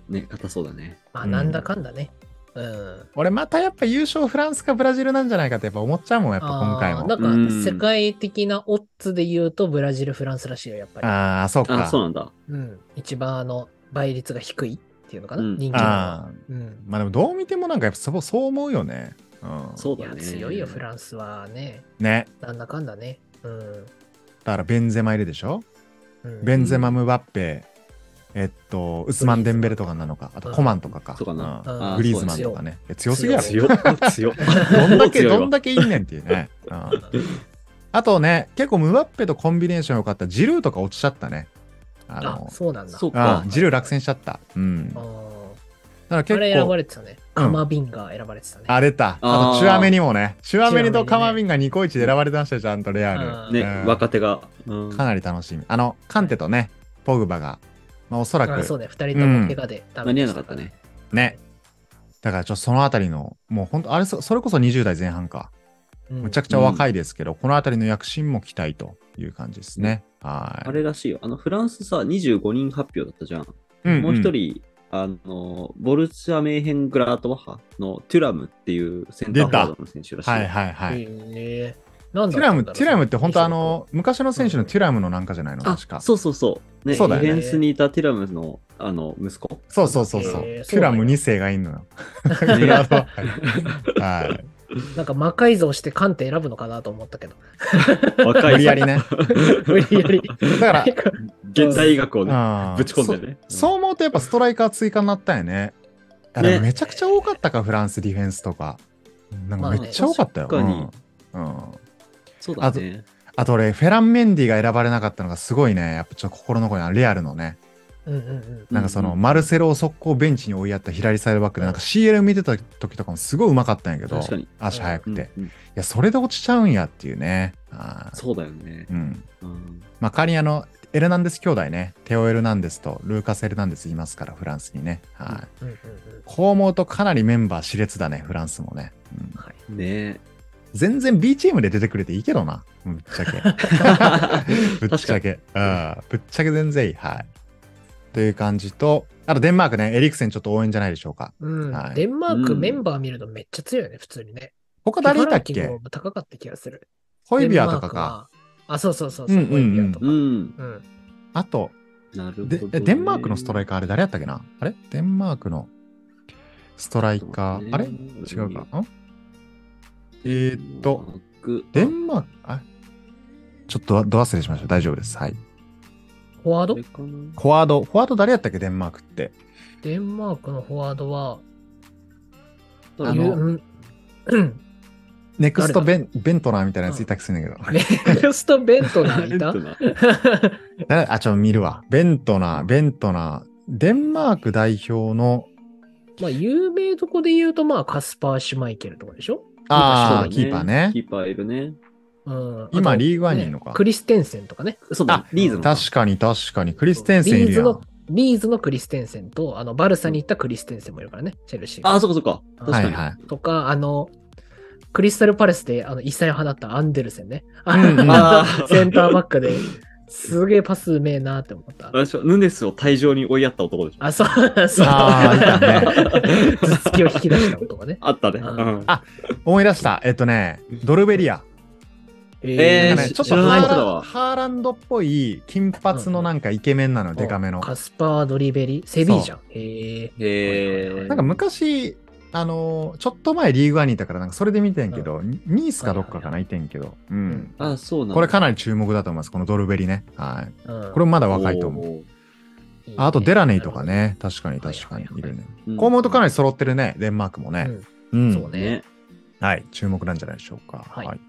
[SPEAKER 2] ね、硬そうだね。
[SPEAKER 3] まあなんだかんだね。うん。
[SPEAKER 1] 俺またやっぱ優勝フランスかブラジルなんじゃないかってやっぱ思っちゃうもんやっぱ今回
[SPEAKER 3] あ
[SPEAKER 1] も
[SPEAKER 3] ーな
[SPEAKER 2] うんん
[SPEAKER 3] か世界的なオッズで言うとブラジル、フランスらしいよ、やっぱり。
[SPEAKER 1] ああそう
[SPEAKER 2] あ
[SPEAKER 1] か
[SPEAKER 2] そうなんだ。
[SPEAKER 3] うん。一番あの倍率が低いっていうのかな、
[SPEAKER 2] うん
[SPEAKER 3] 人気が。
[SPEAKER 1] ああ
[SPEAKER 3] うん。
[SPEAKER 1] まあでもどう見てもなんかやっぱそうそう思うよねうん
[SPEAKER 2] そう
[SPEAKER 3] い
[SPEAKER 2] だ
[SPEAKER 3] や、
[SPEAKER 2] ね。
[SPEAKER 3] 強いよ、フ
[SPEAKER 2] ン
[SPEAKER 3] ランスはね。
[SPEAKER 1] ね
[SPEAKER 3] なんだかんだね。うん。
[SPEAKER 1] だからベンゼマいるでしょ
[SPEAKER 3] うん、
[SPEAKER 1] ベンゼマ
[SPEAKER 2] うん
[SPEAKER 1] ムバッペえっとウスマン・デンベルとかなのかあとコマンとかか
[SPEAKER 2] そうかな
[SPEAKER 1] うん
[SPEAKER 3] あー
[SPEAKER 1] グリーズマンとかねいや強すぎやろ
[SPEAKER 2] 強っ。強っ。
[SPEAKER 3] [laughs]
[SPEAKER 1] どんだけ
[SPEAKER 2] 強いわ
[SPEAKER 1] どんだけいんねんっていうねうんあとね結構ムバッペとコンビネーション良かったジルーとか落ちちゃったね [laughs] あ
[SPEAKER 3] あ
[SPEAKER 1] の、
[SPEAKER 3] そうなんだ。
[SPEAKER 2] そうか
[SPEAKER 1] あジルー落選しちゃったうん
[SPEAKER 3] あ
[SPEAKER 1] だ
[SPEAKER 3] ー
[SPEAKER 1] から
[SPEAKER 3] あ
[SPEAKER 1] 結
[SPEAKER 3] れ選
[SPEAKER 1] 構
[SPEAKER 3] ばれてたね。カマビンが選ばれてたね。
[SPEAKER 1] あ、出た。あ
[SPEAKER 2] あ
[SPEAKER 1] と、
[SPEAKER 2] ー
[SPEAKER 1] チュアメニもね。チュアメニと
[SPEAKER 3] チュ
[SPEAKER 1] カ
[SPEAKER 3] アメニね
[SPEAKER 1] マビンがニコイチで選ばれてましたよ、ちゃんとレア
[SPEAKER 3] あ
[SPEAKER 1] ル。
[SPEAKER 2] ね
[SPEAKER 1] うん、
[SPEAKER 2] 若手が。うん
[SPEAKER 1] かなり楽しみ。あの、カンテとね、ポグバが、まあ、おそら
[SPEAKER 3] あそう
[SPEAKER 1] く
[SPEAKER 3] ね、二人とも怪我でダ
[SPEAKER 2] 間
[SPEAKER 3] メ
[SPEAKER 2] に合
[SPEAKER 3] で
[SPEAKER 2] わ
[SPEAKER 3] し
[SPEAKER 2] なかったね。。
[SPEAKER 1] ね。だから、ちょっとそのあたりの、もう本当、あれそ、それこそ20代前半か。
[SPEAKER 3] うん
[SPEAKER 1] むちゃくちゃ若いですけど、このあたりの躍進も期待という感じですね。はい。
[SPEAKER 2] あれらしいよ。あの、フランスさ、25人発表だったじゃん。
[SPEAKER 1] うんうん
[SPEAKER 2] もう一人、あの、ボルツア・メーヘングラートバッハのトゥラムっていうセンターフォワードの選手らしい。
[SPEAKER 1] はいはいはい。
[SPEAKER 3] へーなん
[SPEAKER 1] テュラ
[SPEAKER 3] だったんだろ
[SPEAKER 1] ム、
[SPEAKER 3] う
[SPEAKER 1] テュラムって本当あの、昔の選手のテュラムのなんかじゃないの
[SPEAKER 2] あ
[SPEAKER 1] 確か。
[SPEAKER 2] そうそうそう。ね、
[SPEAKER 1] そうだよね
[SPEAKER 2] ディフェンスにいたティラムのあの
[SPEAKER 1] [laughs]
[SPEAKER 2] 息子。
[SPEAKER 1] そうそうそうそう。
[SPEAKER 3] へー
[SPEAKER 1] テュラム2世がいんの
[SPEAKER 2] [laughs]
[SPEAKER 1] よ。グラードバッハにはい。
[SPEAKER 3] なんか魔改造してカンテ選ぶのかなと思っ
[SPEAKER 1] [laughs]
[SPEAKER 3] たけど。
[SPEAKER 2] 若い
[SPEAKER 1] 無理やりね。
[SPEAKER 3] 無理やり。
[SPEAKER 1] だ
[SPEAKER 2] [laughs]
[SPEAKER 1] から、
[SPEAKER 2] 現代医学をね、
[SPEAKER 1] あー
[SPEAKER 2] ぶち込んでね。
[SPEAKER 1] そそう思うとやっぱストライカー追加になったよね。だから
[SPEAKER 2] ね
[SPEAKER 1] めちゃくちゃ多かったか、フランスディフェンスとか。なんかめっちゃ多かったよ。
[SPEAKER 2] まあね
[SPEAKER 1] うんうん
[SPEAKER 2] そうだね。
[SPEAKER 1] あと俺、フェラン・メンディが選ばれなかったのがすごいね、やっぱちょっと心残りなのレアルのね、
[SPEAKER 3] うんうんうん。
[SPEAKER 1] なんかその、
[SPEAKER 2] うん
[SPEAKER 1] マルセロを速攻ベンチに追いやった左サイドバックで、なんか CL 見てた時とかもすごいうまかったんやけど
[SPEAKER 2] 確かに、
[SPEAKER 1] 足速
[SPEAKER 2] う
[SPEAKER 1] く
[SPEAKER 2] ん
[SPEAKER 1] て、い
[SPEAKER 2] うん
[SPEAKER 1] や、それで落ちちゃうんやっていうね。あー
[SPEAKER 2] そうだよね。
[SPEAKER 1] うん。
[SPEAKER 2] うん
[SPEAKER 1] まあ、仮にあの、エルナンデス兄弟ね、テオ・エルナンデスとルーカス・エルナンデスいますから、フランスにね。はい、
[SPEAKER 3] うんうんうん
[SPEAKER 1] こう思うとかなりメンバー熾烈だね、フランスもね。うん
[SPEAKER 3] はい
[SPEAKER 2] ね
[SPEAKER 1] 全然 B チームで出てくれていいけどな、 [laughs] ぶっちゃけ。
[SPEAKER 3] [laughs]
[SPEAKER 1] ぶっちゃけ。うんぶっちゃけ全然いい。はい。という感じと、あとデンマークね、エリクセンちょっと応援じゃないでしょうか。
[SPEAKER 3] うん
[SPEAKER 1] はい
[SPEAKER 3] デンマーク
[SPEAKER 2] うん
[SPEAKER 3] メンバー見るとめっちゃ強いよね、普通にね。
[SPEAKER 1] 他誰いたっ
[SPEAKER 3] キ
[SPEAKER 1] け
[SPEAKER 3] も高かった気がする。
[SPEAKER 1] ホイビアとか
[SPEAKER 3] デンマー
[SPEAKER 1] か。
[SPEAKER 3] クは。あ、そうそうそうそう、
[SPEAKER 1] うんうんうん
[SPEAKER 3] ホイビアと
[SPEAKER 2] え。
[SPEAKER 3] か。
[SPEAKER 2] う
[SPEAKER 3] うん
[SPEAKER 2] ん。
[SPEAKER 1] あと、
[SPEAKER 2] なるほど
[SPEAKER 1] で
[SPEAKER 2] ね、
[SPEAKER 1] えデンマークのストライカーあれ誰やったっけなあれデンマークのストライカー。あれ違うか。んえーっと、
[SPEAKER 2] ク。
[SPEAKER 1] デンマーク、あ、ちょっとド忘れしました。大丈夫です。はい。
[SPEAKER 3] フォワー
[SPEAKER 2] こ
[SPEAKER 3] ド
[SPEAKER 2] れかな
[SPEAKER 1] フォワード、フォワード誰やったっけデンマークって。
[SPEAKER 3] デンマークのフォワードは、
[SPEAKER 1] あの
[SPEAKER 3] ゆうん [laughs] うん
[SPEAKER 1] ネクストベ
[SPEAKER 3] 誰
[SPEAKER 1] ン、ベントナーみたいなやついたくするんだけど。
[SPEAKER 3] ネクスト・ベントナーい
[SPEAKER 2] レッ
[SPEAKER 3] た
[SPEAKER 2] ドな
[SPEAKER 1] 誰あ、ちょっと見るわ。ベントナー、ベントナー。デンマーク代表の、
[SPEAKER 3] まあ、有名とこで言うと、まあ、カスパー・シュマイケルとかでしょ
[SPEAKER 1] ああ、
[SPEAKER 2] そうだね
[SPEAKER 1] キーパーね
[SPEAKER 2] キ。ーパーいるね。
[SPEAKER 3] うん。
[SPEAKER 1] 今
[SPEAKER 3] あと
[SPEAKER 1] リーグワンにいるのか
[SPEAKER 3] ねクリステンセンとかね。
[SPEAKER 2] そうだね、リーズの。
[SPEAKER 1] 確かに確かに。クリステンセンいる
[SPEAKER 3] リ
[SPEAKER 1] や
[SPEAKER 3] ーズ
[SPEAKER 1] ん
[SPEAKER 3] の。、リーズのクリステンセンと、あの、バルサに行ったクリステンセンもいるからね、チェルシーが
[SPEAKER 2] ああ、そうかそうか。確か
[SPEAKER 1] は
[SPEAKER 2] に。
[SPEAKER 1] いはい。
[SPEAKER 3] とか、あの、クリスタルパレスで、あの、異彩を放ったアンデルセンね。あ
[SPEAKER 1] うんうん
[SPEAKER 3] の
[SPEAKER 2] あー
[SPEAKER 3] センターバックで、すげえパスうめえなって思った。
[SPEAKER 2] あれでしょヌネスを退場に追いやった男でしょ。
[SPEAKER 3] あ、そう、そう。
[SPEAKER 1] あーなん
[SPEAKER 2] か
[SPEAKER 3] [laughs]
[SPEAKER 2] ね
[SPEAKER 3] 実績を引き出したことがね。
[SPEAKER 2] あったね。
[SPEAKER 3] う
[SPEAKER 2] うんん。
[SPEAKER 1] あ思い出した。えっとね、ドルベリア。
[SPEAKER 2] え
[SPEAKER 1] な
[SPEAKER 2] ー
[SPEAKER 1] んかね
[SPEAKER 2] し
[SPEAKER 1] ちょっ
[SPEAKER 2] 知
[SPEAKER 1] と
[SPEAKER 2] らない
[SPEAKER 1] ハー
[SPEAKER 2] 人だ
[SPEAKER 1] ラン
[SPEAKER 2] わ
[SPEAKER 1] ハーランドっぽい金髪のなんかイケメンなのよ、デカめの。
[SPEAKER 3] カスパー・ドリベリ、セビーじゃん。へえ。
[SPEAKER 2] へえ。
[SPEAKER 1] なんか昔、あのーちょっと前リーグワンにいたから、なんかそれで見てんけど、ニニースかどっかかな、いてんけど。うん。
[SPEAKER 2] あ、そうなんだ
[SPEAKER 1] これかなり注目だと思います、このドルベリね。はい。
[SPEAKER 3] うん
[SPEAKER 1] これもまだ若いと思う。
[SPEAKER 2] おー
[SPEAKER 3] いいね
[SPEAKER 1] ああとデラネイとか。ね、確かに確かにいるね。こう思うとかなり揃ってるね、デンマークも
[SPEAKER 3] う
[SPEAKER 1] ね。
[SPEAKER 3] ん
[SPEAKER 1] うん。
[SPEAKER 3] そうね。
[SPEAKER 2] ね。
[SPEAKER 1] はい、注目なんじゃないでしょうか。
[SPEAKER 3] はい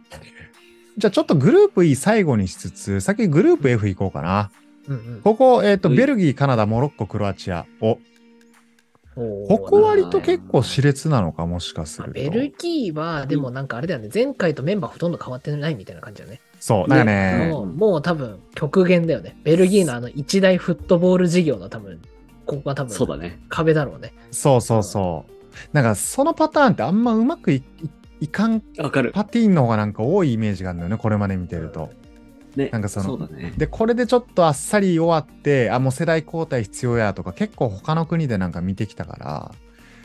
[SPEAKER 1] じゃあちょっとグループ E 最後にしつつ、先グループ F 行こうかな。
[SPEAKER 3] うん
[SPEAKER 1] ここ、えっ、と、
[SPEAKER 2] はい
[SPEAKER 1] ベルギー、カナダ、モロッコ、クロアチア。お、
[SPEAKER 3] うんおー
[SPEAKER 1] ここ割と結構熾烈なのか、もしかす
[SPEAKER 3] まあ
[SPEAKER 1] る
[SPEAKER 3] ベル
[SPEAKER 1] と。
[SPEAKER 3] ギーは、でもなんかあれだよね、前回とメンバーほとんど変わってないみたいな感じだね。
[SPEAKER 1] そう、なんか
[SPEAKER 2] ね
[SPEAKER 1] ね、
[SPEAKER 3] もうもう多分極限だよね。ベルギーのあの一大フットボール事業の多分、ここが多
[SPEAKER 2] そう
[SPEAKER 3] 分
[SPEAKER 2] だね。
[SPEAKER 3] 壁だろうね。
[SPEAKER 1] そうそうそう。なんかそのパターンってあんまうまくいいいかん
[SPEAKER 2] わかる。
[SPEAKER 1] パティーンの方がなんか多いイメージがあるんだよね、これまで見てると。
[SPEAKER 2] ね。
[SPEAKER 1] なんかその
[SPEAKER 2] うだね。 [laughs]
[SPEAKER 1] で、これでちょっとあっさり終わって、あ、もう世代交代必要やとか、結構他の国でなんか見てきたか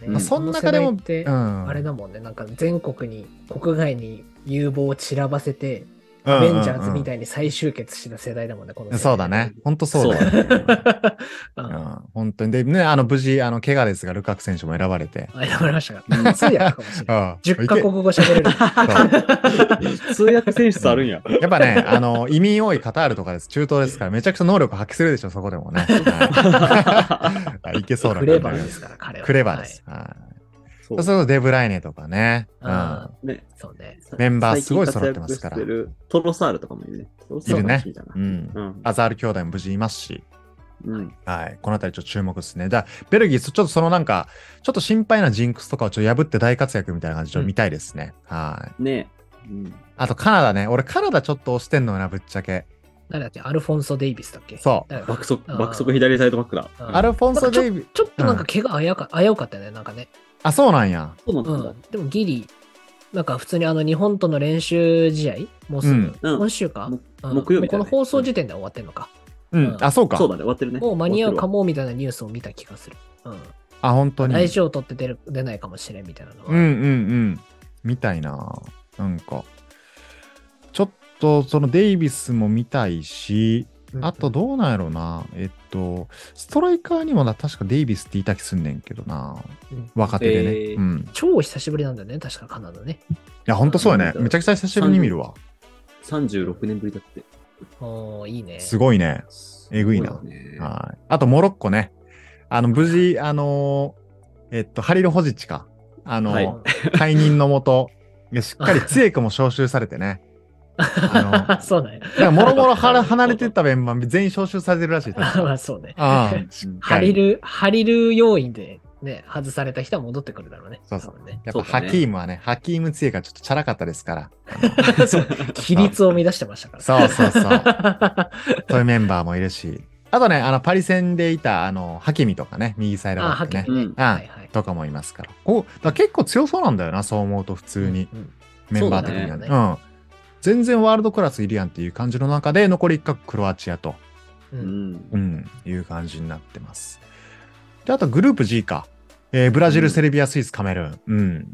[SPEAKER 3] ね
[SPEAKER 2] まあ
[SPEAKER 1] そん中でも
[SPEAKER 3] この世代って
[SPEAKER 1] ら、うん。
[SPEAKER 3] あれだもんね、なんか全国に、国外に有望を散らばせて、
[SPEAKER 1] うん
[SPEAKER 3] ア
[SPEAKER 1] うんう
[SPEAKER 3] ベ
[SPEAKER 1] ん、
[SPEAKER 3] ンジャーズみたいに再集結した世代だもんね、この世代
[SPEAKER 1] そうだね。。ほんとそうだよね。
[SPEAKER 3] あ
[SPEAKER 1] [laughs] うん、本当に。で、ね、あの、無事、あの、怪我ですが、ルカク選手も選ばれて。
[SPEAKER 3] あ、選ばれましたか。通訳かも
[SPEAKER 1] [laughs]
[SPEAKER 3] しれない。
[SPEAKER 1] 10
[SPEAKER 3] 10カ国語喋れ
[SPEAKER 1] [laughs]
[SPEAKER 3] る。
[SPEAKER 2] 通訳選出あるんや。
[SPEAKER 1] やっぱね、あの、移民多いカタールとかです。中東ですから、めちゃくちゃ能力発揮するでしょ、そこでもね。
[SPEAKER 3] [laughs]
[SPEAKER 1] はい、いけそうな
[SPEAKER 3] ク
[SPEAKER 1] 感じ
[SPEAKER 3] レ
[SPEAKER 1] が
[SPEAKER 3] バーですから、彼は。
[SPEAKER 1] クレバーです。はい
[SPEAKER 2] そ
[SPEAKER 1] そうするとデブライネとかね。う
[SPEAKER 3] あ
[SPEAKER 1] ん。
[SPEAKER 2] ね。
[SPEAKER 3] そうね。
[SPEAKER 1] メンバーすごい揃ってますから
[SPEAKER 2] 最近活躍してるトロサールとかもいるね。トロサールも好きだな
[SPEAKER 1] いうるね
[SPEAKER 2] ん。
[SPEAKER 1] アザール兄弟も無事いますし。
[SPEAKER 2] うん。
[SPEAKER 1] はい。このあたりちょっと注目ですね。だベルギー、ちょっとそのなんか、ちょっと心配なジンクスとかをちょっと破って大活躍みたいな感じでちょっと見たいですね。はい。
[SPEAKER 2] ね。うん
[SPEAKER 1] あとカナダね。俺カナダちょっと押してんのよな、ぶっちゃけ。
[SPEAKER 3] 誰だっけアルフォンソ・デイビスだっけ。
[SPEAKER 1] そう
[SPEAKER 2] 爆速、
[SPEAKER 3] あー
[SPEAKER 2] 爆速左サイドバックだ。
[SPEAKER 3] う
[SPEAKER 1] アルフォンソ・デイビー。
[SPEAKER 3] ちょっとなんか怪我危うか,、危うかったよね、なんかね。
[SPEAKER 1] あ、そうなんや。
[SPEAKER 2] そう
[SPEAKER 3] う
[SPEAKER 2] なんだ
[SPEAKER 3] ん。。でもギリ、なんか普通にあの日本との練習試合、もうすぐ、
[SPEAKER 2] うん
[SPEAKER 3] 今週か、
[SPEAKER 2] も
[SPEAKER 3] うん
[SPEAKER 2] 木曜日だね
[SPEAKER 3] この放送時点では終わってんのか、
[SPEAKER 1] うん。あ、そうか。
[SPEAKER 2] そうだね、終わってるね。
[SPEAKER 3] もう間に合うか
[SPEAKER 2] も。
[SPEAKER 3] もみたいなニュースを見た気がする。うん、
[SPEAKER 1] あ、本当に。
[SPEAKER 3] 大丈夫取って出る出ないかもしれんみたいなのは。
[SPEAKER 1] うんうんうん。みたいな。なんか。ちょっと、そのデイビスも見たいし、
[SPEAKER 3] うん
[SPEAKER 1] あと、どうなんやろうな。えっと、ストライカーにもな、確かデイビスっていた気すんねんけどな。
[SPEAKER 3] うん
[SPEAKER 1] 若手でね。
[SPEAKER 2] えー
[SPEAKER 1] うん。い
[SPEAKER 3] 超久しぶりなんだよね、確かカナダね。
[SPEAKER 1] や、ほんとそうやね。
[SPEAKER 2] うん
[SPEAKER 1] めちゃくちゃ久しぶりに見るわ。
[SPEAKER 2] 36年ぶりだって。
[SPEAKER 3] おーいいね。
[SPEAKER 1] すごいね。えぐいな
[SPEAKER 2] すごね
[SPEAKER 1] はい。あと、モロッコね。あの、無事、あのーえっと、ハリル・ホジッチか。あのー、
[SPEAKER 2] はい
[SPEAKER 1] 解任のもと、いやしっかり強い子も招集されてね。あの、
[SPEAKER 3] そうなんや。
[SPEAKER 1] だからもろもろはら離れてったメンバー全員招集されてるらしい。
[SPEAKER 3] あ [laughs] まあそうね。
[SPEAKER 1] ああ、しっか
[SPEAKER 3] ハリ
[SPEAKER 1] り。
[SPEAKER 3] ル、ハリル要因でね、外された人は戻ってくるだろうね。
[SPEAKER 1] そうそう
[SPEAKER 3] 多分ね。
[SPEAKER 1] やっぱハキームはね、ハキーム強いからちょっとチャラかったですから。
[SPEAKER 3] そう規律を乱してましたから。 [laughs]
[SPEAKER 1] そうそうそう。そういうメンバーもいるし。あとね、あの、パリ戦でいた、あの、ハキミとかね、右サイド
[SPEAKER 3] あ、
[SPEAKER 1] バ
[SPEAKER 3] は
[SPEAKER 1] ッ
[SPEAKER 3] っ
[SPEAKER 1] ク
[SPEAKER 3] きり
[SPEAKER 1] ね
[SPEAKER 3] ね。。
[SPEAKER 2] うん
[SPEAKER 1] ああ
[SPEAKER 3] はいはい。
[SPEAKER 1] とかもいますから。こう、だから結構強そうなんだよな、そう思うと普通に。
[SPEAKER 3] うん
[SPEAKER 1] メンバー的にはね。
[SPEAKER 3] そうだ
[SPEAKER 1] うん。全然ワールドクラスいるやんっていう感じの中で、残り1角クロアチアと、
[SPEAKER 3] う
[SPEAKER 2] うんん
[SPEAKER 1] う。ん、いう感じになってます。で、あとグループ G か。えーブラジル、セルビア、スイス、カメルーン。うん。
[SPEAKER 3] うんうん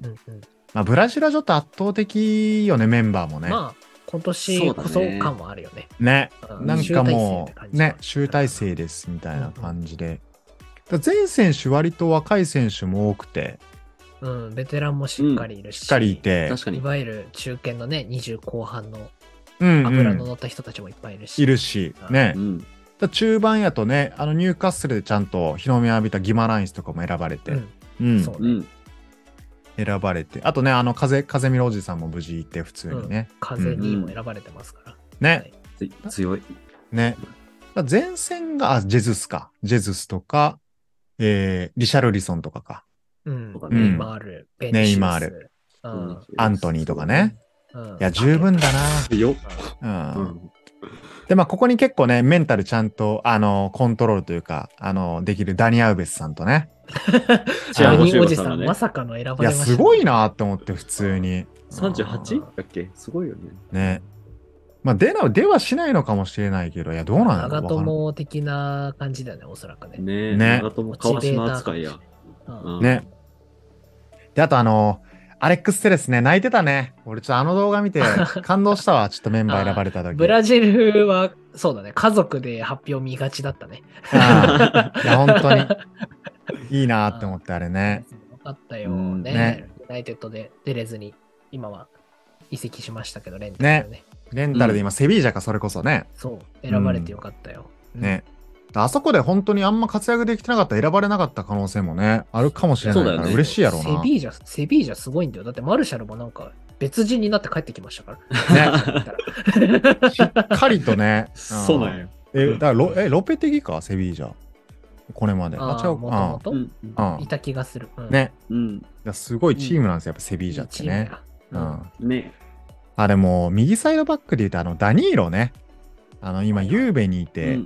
[SPEAKER 1] まあ、ブラジルはちょっと圧倒的よね、メンバーもね。
[SPEAKER 3] まあ、今年こそ感はあるよね。
[SPEAKER 1] ね。
[SPEAKER 3] う
[SPEAKER 1] なんかもう、ね、集
[SPEAKER 3] 集
[SPEAKER 1] 大
[SPEAKER 3] 大成っ
[SPEAKER 1] 成
[SPEAKER 3] て感じ
[SPEAKER 1] ですみたいな感じで。だから全選手割と若い選手も多くて、
[SPEAKER 3] うん、ベテランもしっかりいるし、
[SPEAKER 1] しっかりいて、
[SPEAKER 2] 確か
[SPEAKER 3] い
[SPEAKER 2] に。
[SPEAKER 3] わゆる中堅のね、20後半の
[SPEAKER 1] うんうん
[SPEAKER 3] 油の乗った人たちもいっぱいいるし。
[SPEAKER 1] いるし、ね
[SPEAKER 2] う。ん。
[SPEAKER 1] だから中盤やとね、あのニューカッスルでちゃんと日の目を浴びたギマラインスとかも選ばれて、
[SPEAKER 3] うん
[SPEAKER 1] うん
[SPEAKER 3] そう
[SPEAKER 2] う
[SPEAKER 3] ね。
[SPEAKER 2] ん。
[SPEAKER 1] 選ばれて、あとね、あの風、風見おじさんも無事いて、普通にね。
[SPEAKER 3] 風にも選ばれてますから。は
[SPEAKER 1] ね、
[SPEAKER 3] い
[SPEAKER 2] つ強い。
[SPEAKER 1] ね。だから前線が、あ、ジェズスか。ジェズスとか、えー、リシャルリソンとかか。
[SPEAKER 3] うん
[SPEAKER 2] とか。
[SPEAKER 1] ね
[SPEAKER 3] ネイマール、ベニシウス
[SPEAKER 1] ネイマール。
[SPEAKER 3] うん
[SPEAKER 1] アントニーとかね。
[SPEAKER 3] うん
[SPEAKER 1] いや、十分だ
[SPEAKER 2] 強っ。
[SPEAKER 1] な。
[SPEAKER 2] う
[SPEAKER 1] うん。
[SPEAKER 2] ん。
[SPEAKER 1] で、まあ、ここに結構ね、メンタルちゃんと、あの、コントロールというか、あの、できるダニ・アウベスさんとね。
[SPEAKER 2] チア
[SPEAKER 3] ダ
[SPEAKER 2] ゴ
[SPEAKER 3] ニ
[SPEAKER 2] シ
[SPEAKER 3] ーお
[SPEAKER 2] ウ
[SPEAKER 3] じ
[SPEAKER 2] バ
[SPEAKER 3] さ
[SPEAKER 2] さんが
[SPEAKER 3] ん、ま
[SPEAKER 2] ね。
[SPEAKER 3] さかの選ば
[SPEAKER 1] い
[SPEAKER 3] れ
[SPEAKER 1] や、
[SPEAKER 3] ました。
[SPEAKER 1] すごいなって思って、普通に。
[SPEAKER 2] 38? だっけすごいよね。
[SPEAKER 1] ね。まあ、出な、出はしないのかもしれないけど、いや、どうなんだ
[SPEAKER 3] 長
[SPEAKER 1] ろう。
[SPEAKER 3] 友的な感じだよね、おそらくね。
[SPEAKER 2] ねえ。
[SPEAKER 1] ね
[SPEAKER 2] 長友川島扱いや。
[SPEAKER 3] うん
[SPEAKER 2] うん
[SPEAKER 1] ね。で、あとあの、アレックス・テレスね、泣いてたね。俺、ちょっとあの動画
[SPEAKER 3] [laughs]
[SPEAKER 1] 見て、感動したわ。ちょっとメンバー選ばれた時。
[SPEAKER 3] ブラジルは、そうだね、家族で発表見がちだったね。
[SPEAKER 1] ああいや、本当に。いいなって思って、あれ
[SPEAKER 3] [laughs]
[SPEAKER 1] ね。
[SPEAKER 3] よかったよ
[SPEAKER 2] うん
[SPEAKER 3] ね。
[SPEAKER 1] ね
[SPEAKER 3] ユナイテッドで出れずに、今は移籍しましたけど、レンタルでね。
[SPEAKER 1] レンタルで今、セビージャか、それこそね。
[SPEAKER 3] そう、選ばれてよかったよ。
[SPEAKER 1] ね。あそこで本当にあんま活躍できてなかった、選ばれなかった可能性もね、あるかもしれないか
[SPEAKER 2] そう
[SPEAKER 1] ら、
[SPEAKER 2] だよね
[SPEAKER 1] 嬉しいやろう
[SPEAKER 3] セ
[SPEAKER 1] な。
[SPEAKER 3] ビージャ、セビージャすごいんだよ。だってマルシャルもなんか別人になって帰ってきましたから。
[SPEAKER 1] しっかりと
[SPEAKER 2] [laughs]
[SPEAKER 1] ね。
[SPEAKER 2] [laughs] そうな
[SPEAKER 1] よ。
[SPEAKER 2] んや。
[SPEAKER 1] え、だからロえロペテギか、セビージャ。これまで。
[SPEAKER 3] あ
[SPEAKER 1] あ、
[SPEAKER 3] あ
[SPEAKER 1] 違う
[SPEAKER 3] もとも
[SPEAKER 1] か。
[SPEAKER 3] と
[SPEAKER 2] うん。
[SPEAKER 1] うん。う
[SPEAKER 3] い
[SPEAKER 1] ん
[SPEAKER 3] た気がする。うん、
[SPEAKER 1] ね。
[SPEAKER 2] うん。
[SPEAKER 1] だからすごいチームなんですよ、やっぱセビ
[SPEAKER 3] い
[SPEAKER 1] ー
[SPEAKER 3] い
[SPEAKER 1] ジャって
[SPEAKER 3] チーム
[SPEAKER 1] ね。
[SPEAKER 3] や。
[SPEAKER 1] う
[SPEAKER 3] うん
[SPEAKER 1] ん。
[SPEAKER 2] ね。
[SPEAKER 1] あれも、右サイドバックで言うと、あの、ダニーロね。あの、今、ユーベにいて、
[SPEAKER 2] うん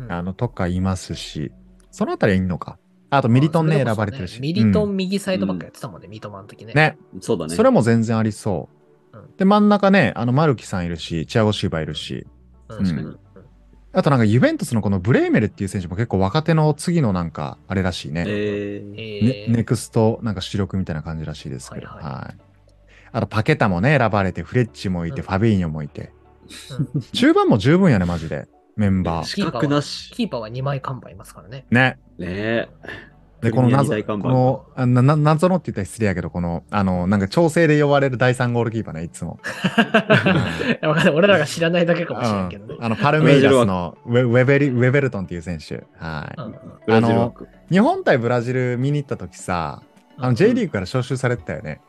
[SPEAKER 3] うん
[SPEAKER 1] あの、とかいますし、そのあたりはいいのか。あと、ミリトンね、選ばれてるし。
[SPEAKER 3] そこそねミリト
[SPEAKER 1] うん
[SPEAKER 3] ン右サイドバックやってたもんね、ミトマンの時ね。
[SPEAKER 1] ね。
[SPEAKER 2] そうだね。
[SPEAKER 1] それはもう全然ありそう。
[SPEAKER 3] うん
[SPEAKER 1] で、真ん中ね、あの、マルキさんいるし、チアゴシーバいるし、
[SPEAKER 3] うん。
[SPEAKER 1] 確
[SPEAKER 2] かに
[SPEAKER 3] うん
[SPEAKER 1] あとなんか、ユベントスのこのブレーメルっていう選手も結構若手の次のなんか、あれらしいね。
[SPEAKER 2] えー
[SPEAKER 1] ね
[SPEAKER 3] えー
[SPEAKER 1] ネクスト、なんか主力みたいな感じらしいですけど。は、
[SPEAKER 3] はいいはい
[SPEAKER 1] あと、パケタもね、選ばれて、フレッチもいて、
[SPEAKER 3] うん
[SPEAKER 1] ファビーニョもいて。
[SPEAKER 3] うん
[SPEAKER 1] 中盤も十分やね、マジで。メンバー。
[SPEAKER 2] 資格なし。
[SPEAKER 3] キーパーは2枚看板いますからね。 [laughs]
[SPEAKER 1] ね。
[SPEAKER 2] ね
[SPEAKER 1] で、この謎、
[SPEAKER 2] プレミアに大
[SPEAKER 1] こ
[SPEAKER 2] 看板
[SPEAKER 1] の、あなな謎のって言ったら失礼やけど、この、あの、なんか調整で呼ばれる第3ゴールキーパーね、いつ
[SPEAKER 3] [laughs]
[SPEAKER 1] も。
[SPEAKER 3] わかんない俺らが知らないだけかもしれんけどね。
[SPEAKER 1] あの、パルメイラスのウェウェベリウェベルトンっていう選手。はい。
[SPEAKER 3] うん
[SPEAKER 2] ブラジルワーク
[SPEAKER 1] 日本対ブラジル見に行った時さ、あの J リーグから招集されてたよね。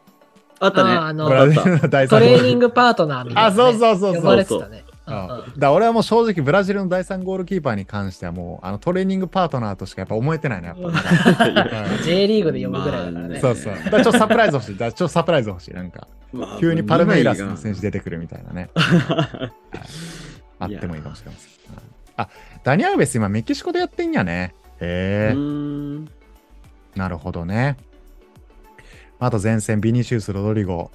[SPEAKER 2] あったね。
[SPEAKER 3] あー
[SPEAKER 2] [laughs]
[SPEAKER 3] あの
[SPEAKER 1] ブラ
[SPEAKER 2] あっ
[SPEAKER 1] ジ
[SPEAKER 2] た
[SPEAKER 1] ルの第3ゴ
[SPEAKER 3] ト
[SPEAKER 1] ール
[SPEAKER 3] レ
[SPEAKER 1] キ
[SPEAKER 3] ーニン
[SPEAKER 1] ー
[SPEAKER 3] グパートナーみ
[SPEAKER 1] パー。
[SPEAKER 3] たいな、
[SPEAKER 1] あ、
[SPEAKER 3] ね。
[SPEAKER 1] そうそうそう
[SPEAKER 3] 呼
[SPEAKER 1] そ
[SPEAKER 3] ば
[SPEAKER 1] う。
[SPEAKER 3] れてたね。
[SPEAKER 1] うん
[SPEAKER 3] うん
[SPEAKER 1] だ
[SPEAKER 3] うん
[SPEAKER 1] から俺はもう正直ブラジルの第3ゴールキーパーに関してはもうあのトレーニングパートナーとしかやっぱ思えてないねやっぱまだ、うん
[SPEAKER 3] J リーグで呼ぶぐらいだからね。
[SPEAKER 2] まあ
[SPEAKER 1] そうそうだからちょっとサプライズ欲しいだからちょっとサプライズ欲しいなんか
[SPEAKER 2] まあ
[SPEAKER 1] 急にパルメイラスの選手出てくるみたいな
[SPEAKER 3] [laughs]
[SPEAKER 1] ねあっ
[SPEAKER 2] いや
[SPEAKER 1] てもいいかもしれませんはいあダニアウベス今メキシコでやってんやねへえ
[SPEAKER 2] うーん
[SPEAKER 1] なるほどね。あと前線、ビニシウス、ロドリゴ、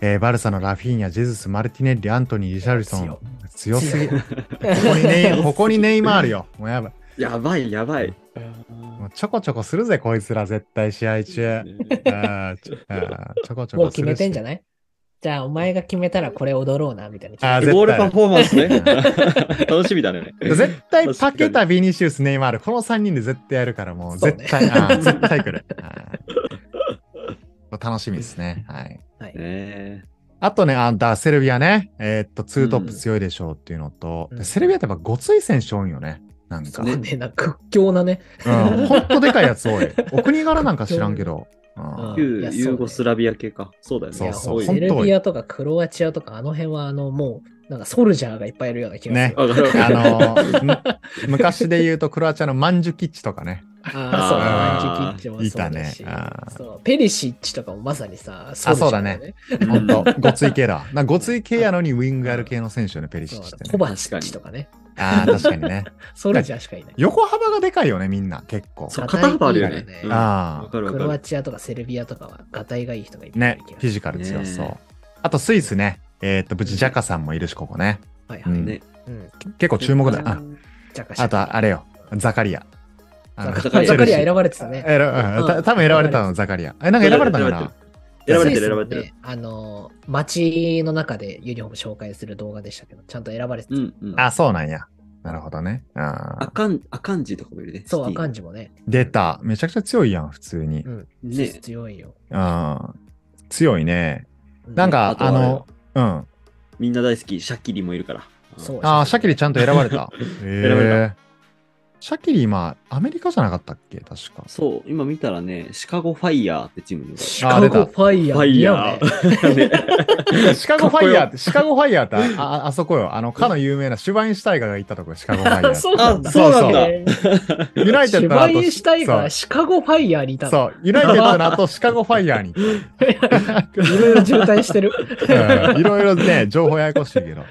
[SPEAKER 1] えーバルサのラフィーニャ、ジェズス、マルティネッリ、アントニー、リシャルソン。強すぎ。ここに
[SPEAKER 3] [laughs]
[SPEAKER 1] ネイここにネイマールよ。もうやばい。
[SPEAKER 2] やばい、やばい。
[SPEAKER 1] もうちょこちょこするぜ、こいつら、絶対試合
[SPEAKER 3] [laughs]
[SPEAKER 1] 中。あーちょあーちょこちょ
[SPEAKER 3] もう
[SPEAKER 1] こす
[SPEAKER 3] 決
[SPEAKER 1] るし。
[SPEAKER 3] めてんじゃないじゃあ、お前が決めたらこれ踊ろうな、みたいな。
[SPEAKER 1] あー絶対
[SPEAKER 2] ゴールパフォーマンスね。 [laughs] 楽しみだね。
[SPEAKER 1] 絶対パケタ、ビニシウス、ネイマール、この3人で絶対やるから、もう
[SPEAKER 3] そうね
[SPEAKER 1] 絶対、あー絶対来る。あ [laughs] ー楽しみですね。はい。
[SPEAKER 3] はい
[SPEAKER 2] ね
[SPEAKER 1] あとね、あだセルビアね、えーっと、ツートップ強いでしょうっていうのと、
[SPEAKER 3] うん
[SPEAKER 1] でセルビアってやっぱごつい選手多いよね。なん
[SPEAKER 3] そ
[SPEAKER 1] か、
[SPEAKER 3] うね、なんか屈強なね。
[SPEAKER 1] うん、ほんとでかいやつ多い。
[SPEAKER 3] [laughs]
[SPEAKER 1] お国柄なんか知らんけど。うん
[SPEAKER 3] うん
[SPEAKER 2] 旧
[SPEAKER 3] いやそうね
[SPEAKER 2] ユーゴスラビア系か。そうだよね。
[SPEAKER 1] そう
[SPEAKER 3] いや
[SPEAKER 1] そう
[SPEAKER 3] セ
[SPEAKER 1] 本
[SPEAKER 3] ル
[SPEAKER 1] 当
[SPEAKER 3] ビアとかクロアチアとか、あの辺は、あの、もう、なんかソルジャーがいっぱいいるような気がす
[SPEAKER 1] ね
[SPEAKER 3] る。
[SPEAKER 2] あ
[SPEAKER 1] あのーむ昔で言うとクロアチアのマンジュキッチとかね。
[SPEAKER 3] ああ、
[SPEAKER 2] あー
[SPEAKER 3] そう、マンジュキッチもそうだし
[SPEAKER 1] いたねあー
[SPEAKER 3] そうペリシッチとかもまさにさ、
[SPEAKER 1] あそうだね
[SPEAKER 3] ソルジャー
[SPEAKER 1] ほんと、ごつい系だ。なんかごつい系やのにウィングやる系の選手よね、ペリシッ
[SPEAKER 3] そう
[SPEAKER 1] チっ
[SPEAKER 3] だね
[SPEAKER 1] て
[SPEAKER 3] コ
[SPEAKER 1] ね。
[SPEAKER 3] バチッチとかね。
[SPEAKER 1] ああ、確かにね。
[SPEAKER 3] ソルジャーしかいない。
[SPEAKER 1] 横幅がでかいよね、みんな、結構。
[SPEAKER 2] そう肩幅あるよ
[SPEAKER 3] 硬い
[SPEAKER 2] ね
[SPEAKER 3] ね。
[SPEAKER 2] うん
[SPEAKER 1] あー
[SPEAKER 2] わかるわ
[SPEAKER 3] ク
[SPEAKER 2] か
[SPEAKER 3] ロア
[SPEAKER 2] る。
[SPEAKER 3] チアとかセルビアとかは、ガタイがいい人がいっぱいい
[SPEAKER 1] ね
[SPEAKER 3] る気、が
[SPEAKER 1] フィ
[SPEAKER 3] す
[SPEAKER 1] ジカル強そう。
[SPEAKER 2] ね
[SPEAKER 1] あとスイスね。えーっと、ブチジャカさんもいるし、ここね。
[SPEAKER 3] る。はいは
[SPEAKER 1] う
[SPEAKER 3] い。
[SPEAKER 1] ん
[SPEAKER 2] ね
[SPEAKER 3] うん。
[SPEAKER 1] 結構注目だ。あ
[SPEAKER 3] ジャカシャ
[SPEAKER 1] あとはあれよ、ザカリア。あの
[SPEAKER 3] ザ
[SPEAKER 2] カ
[SPEAKER 3] カ
[SPEAKER 2] リア
[SPEAKER 3] ザカリア選
[SPEAKER 1] 選
[SPEAKER 3] ばれてた
[SPEAKER 1] ばれ
[SPEAKER 3] ね。
[SPEAKER 1] た。うんた多分選ばれたの、ザカリア。え、なんか選ばれたのかな
[SPEAKER 2] 選ばれてる、
[SPEAKER 3] スイス
[SPEAKER 2] 選
[SPEAKER 3] の
[SPEAKER 2] ば
[SPEAKER 3] ね
[SPEAKER 2] れてる。
[SPEAKER 3] あの、街の中でユニフォーム紹介する動画でしたけど、ちゃんと選ばれてた。
[SPEAKER 2] うんうん。
[SPEAKER 1] あ、そうなんや。なるほどね。
[SPEAKER 2] あ
[SPEAKER 1] あ
[SPEAKER 2] かん、あかんじとかもいるね。
[SPEAKER 3] そう、ア
[SPEAKER 2] シティ
[SPEAKER 3] カンジもね。
[SPEAKER 1] 出た。めちゃくちゃ強いやん、普通に
[SPEAKER 3] う。ん。
[SPEAKER 2] ね
[SPEAKER 3] 強いよ。
[SPEAKER 1] あー強いね。
[SPEAKER 3] う
[SPEAKER 1] なんか、
[SPEAKER 2] あと
[SPEAKER 1] あ
[SPEAKER 2] はあれ
[SPEAKER 1] の
[SPEAKER 2] よ、
[SPEAKER 1] うん。
[SPEAKER 2] みんな大好き、シャッキリもいるから。
[SPEAKER 3] そう
[SPEAKER 1] ああ、シャキリちゃんと選ばれ
[SPEAKER 3] [laughs]
[SPEAKER 1] た。へ
[SPEAKER 2] 選ば
[SPEAKER 1] え。シャキリ今、アメリカじゃなかったっけ確
[SPEAKER 3] [laughs]
[SPEAKER 1] か。
[SPEAKER 2] そう、今見たらね、シカゴファイヤーってチームにいる
[SPEAKER 3] シ
[SPEAKER 1] あ
[SPEAKER 3] カ
[SPEAKER 1] 出た
[SPEAKER 3] ゴファイヤー。
[SPEAKER 2] ファイヤ
[SPEAKER 3] いやね
[SPEAKER 2] ー。
[SPEAKER 1] シカゴファイヤーって、シカゴファイヤーって、あああそこよ。あの、かの有名なシュバインシュタイガーが行ったとこよシカゴファイヤーって。
[SPEAKER 3] あ [laughs] そうなんだ。
[SPEAKER 1] あそうなんだ
[SPEAKER 3] え
[SPEAKER 1] ユナ
[SPEAKER 3] ー
[SPEAKER 1] イテッ
[SPEAKER 3] シ
[SPEAKER 1] ドの後
[SPEAKER 3] バインシュタイガー、シカゴファイヤーにい
[SPEAKER 1] そ
[SPEAKER 3] た
[SPEAKER 1] う
[SPEAKER 3] の。
[SPEAKER 1] そう、ユナイテッドの後、シカゴファイヤーに行っ
[SPEAKER 3] いろいろ渋滞してる。
[SPEAKER 1] た。うんいろいろね、情報ややこしいけど。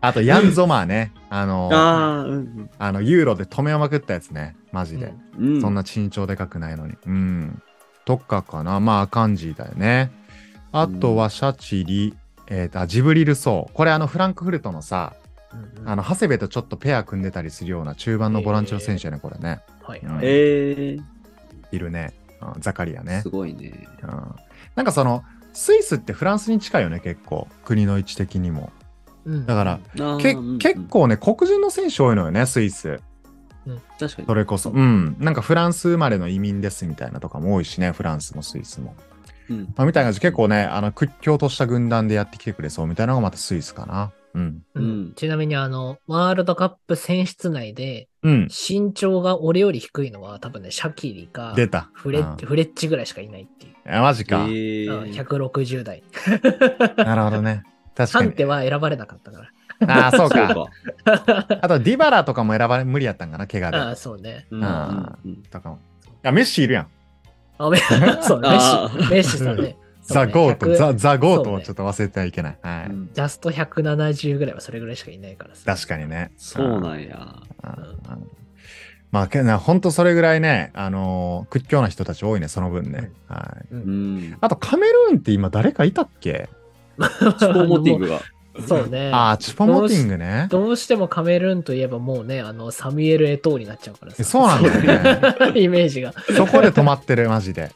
[SPEAKER 1] あと、ヤンゾマーね。あの、
[SPEAKER 2] ああ、うん。
[SPEAKER 1] あのユーロで止めまくったやつね。マジで。
[SPEAKER 2] うん。
[SPEAKER 1] そんな身長でかくないのに。うん。とかかな。まあ、漢字だよね。あとは、シャチリ、えーと、あジブリルソー。これ、あの、フランクフルトのさ、
[SPEAKER 3] うんう
[SPEAKER 1] [laughs]
[SPEAKER 3] ん
[SPEAKER 1] あの、長谷部とちょっとペア組んでたりするような中盤のボランチの選手やね、これね。
[SPEAKER 3] はい
[SPEAKER 1] うん
[SPEAKER 3] はい。
[SPEAKER 2] え
[SPEAKER 1] いるね。うんザカリア
[SPEAKER 2] ー、
[SPEAKER 1] ね
[SPEAKER 2] す。ごいね。
[SPEAKER 1] うんなんかその、スイスってフランスに近いよね、結構。国の位置的にも。
[SPEAKER 3] うん
[SPEAKER 1] だから、
[SPEAKER 2] あー
[SPEAKER 1] け
[SPEAKER 2] うんうん
[SPEAKER 1] 結構ね、黒人の選手多いのよね、スイス。
[SPEAKER 2] 確かに
[SPEAKER 1] そ。れこそ。うん。なんかフランス生まれの移民ですみたいなとかも多いしね、フランスもスイスも。
[SPEAKER 2] うん
[SPEAKER 1] まあ、みたいな感じで結構ね、あの屈強とした軍団でやってきてくれそうみたいなのがまたスイスかな。うん。
[SPEAKER 3] うんちなみにあの、ワールドカップ選出内で、
[SPEAKER 1] うん。
[SPEAKER 3] 身長が俺より低いのは多分ね、シャキリか、
[SPEAKER 1] 出た。
[SPEAKER 3] フレッチ、フレッチぐらいしかいないってい
[SPEAKER 1] う
[SPEAKER 3] う。
[SPEAKER 1] んあマジか。
[SPEAKER 2] え
[SPEAKER 3] うん
[SPEAKER 2] ー、
[SPEAKER 3] 160代。
[SPEAKER 1] なるほどね。確か
[SPEAKER 3] ハン
[SPEAKER 1] に。
[SPEAKER 3] テは選ばれなかったか
[SPEAKER 1] ああ、そう
[SPEAKER 2] [laughs] そう
[SPEAKER 1] か。
[SPEAKER 2] か。
[SPEAKER 1] あと、ディバラとかも選ばれ、無理やったんかな、怪我で
[SPEAKER 3] ら。。ああ、そうね。
[SPEAKER 2] うん
[SPEAKER 1] あ
[SPEAKER 2] うん
[SPEAKER 1] とかも。あ、メッシいるやん。
[SPEAKER 3] あ、めそう、メ [laughs]
[SPEAKER 2] あ
[SPEAKER 3] ッシ、メッシさんね。そ
[SPEAKER 1] ザ・
[SPEAKER 3] うね
[SPEAKER 1] ゴート、
[SPEAKER 3] 100
[SPEAKER 1] ザ・ザ・ゴート
[SPEAKER 3] そう
[SPEAKER 1] を
[SPEAKER 3] ね
[SPEAKER 1] ちょっと忘れてはいけない。は
[SPEAKER 2] う
[SPEAKER 1] い。
[SPEAKER 2] ん
[SPEAKER 3] ジャスト170ぐらいはそれぐらいしかいないからさ。
[SPEAKER 1] 確かにね。
[SPEAKER 2] そうなんや。
[SPEAKER 1] うんうんまあ、けな本当それぐらいね、あのー屈強な人たち多いね、その分ね。はい。
[SPEAKER 3] う。
[SPEAKER 2] うんん。
[SPEAKER 1] あと、カメルーンって今誰かいたっけ
[SPEAKER 2] スポーモティングが。
[SPEAKER 3] [laughs] そうね。
[SPEAKER 1] ああ、チュポモティングね。
[SPEAKER 3] どうしてもカメルーンといえばもうね、あの、サミュエル・エトーになっちゃうから
[SPEAKER 1] え
[SPEAKER 3] さ。
[SPEAKER 1] そうなんだよね。
[SPEAKER 3] [laughs] イメージが。
[SPEAKER 1] そこで止まってる、マジで。
[SPEAKER 3] うん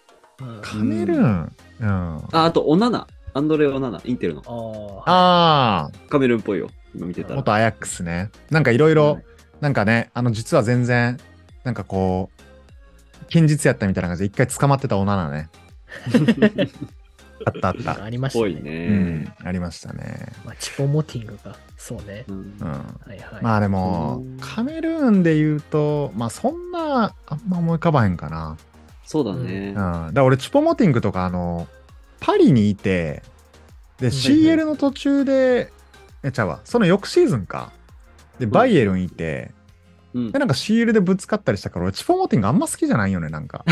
[SPEAKER 1] カメルーン。うん。
[SPEAKER 2] あ、あと、オナナ。アンドレ・オナナ、インテルの。
[SPEAKER 3] ああ、
[SPEAKER 1] ああ、
[SPEAKER 2] カメルーンっぽいよ。今見てたら。
[SPEAKER 1] 元アヤックスね。なんかいろい
[SPEAKER 2] は
[SPEAKER 1] ろ
[SPEAKER 2] い、
[SPEAKER 1] なんかね、あの、実は全然、なんかこう、近日やったみたいな感じで、一回捕まってた女なね。あったあった。
[SPEAKER 3] ありました
[SPEAKER 2] ぽ
[SPEAKER 3] ね。
[SPEAKER 2] いうね
[SPEAKER 1] ん。、ありましたね。
[SPEAKER 3] まあ、チポモティングか。そうね。
[SPEAKER 2] うん
[SPEAKER 1] うん。
[SPEAKER 3] はいはい。
[SPEAKER 1] まあでも
[SPEAKER 2] うん、
[SPEAKER 1] カメルーンで言うと、まあそんな、あんま思い浮かばへんかな。
[SPEAKER 2] そうだね
[SPEAKER 1] うん。。だから俺、チュポモティングとか、あの、パリにいて、で、CL の途中で、え、ちゃうわ、その翌シーズンか。で、バイエルンいて、
[SPEAKER 2] うん
[SPEAKER 1] で、なんか CL でぶつかったりしたから、俺、チュポモティングあんま好きじゃないよね、なんか。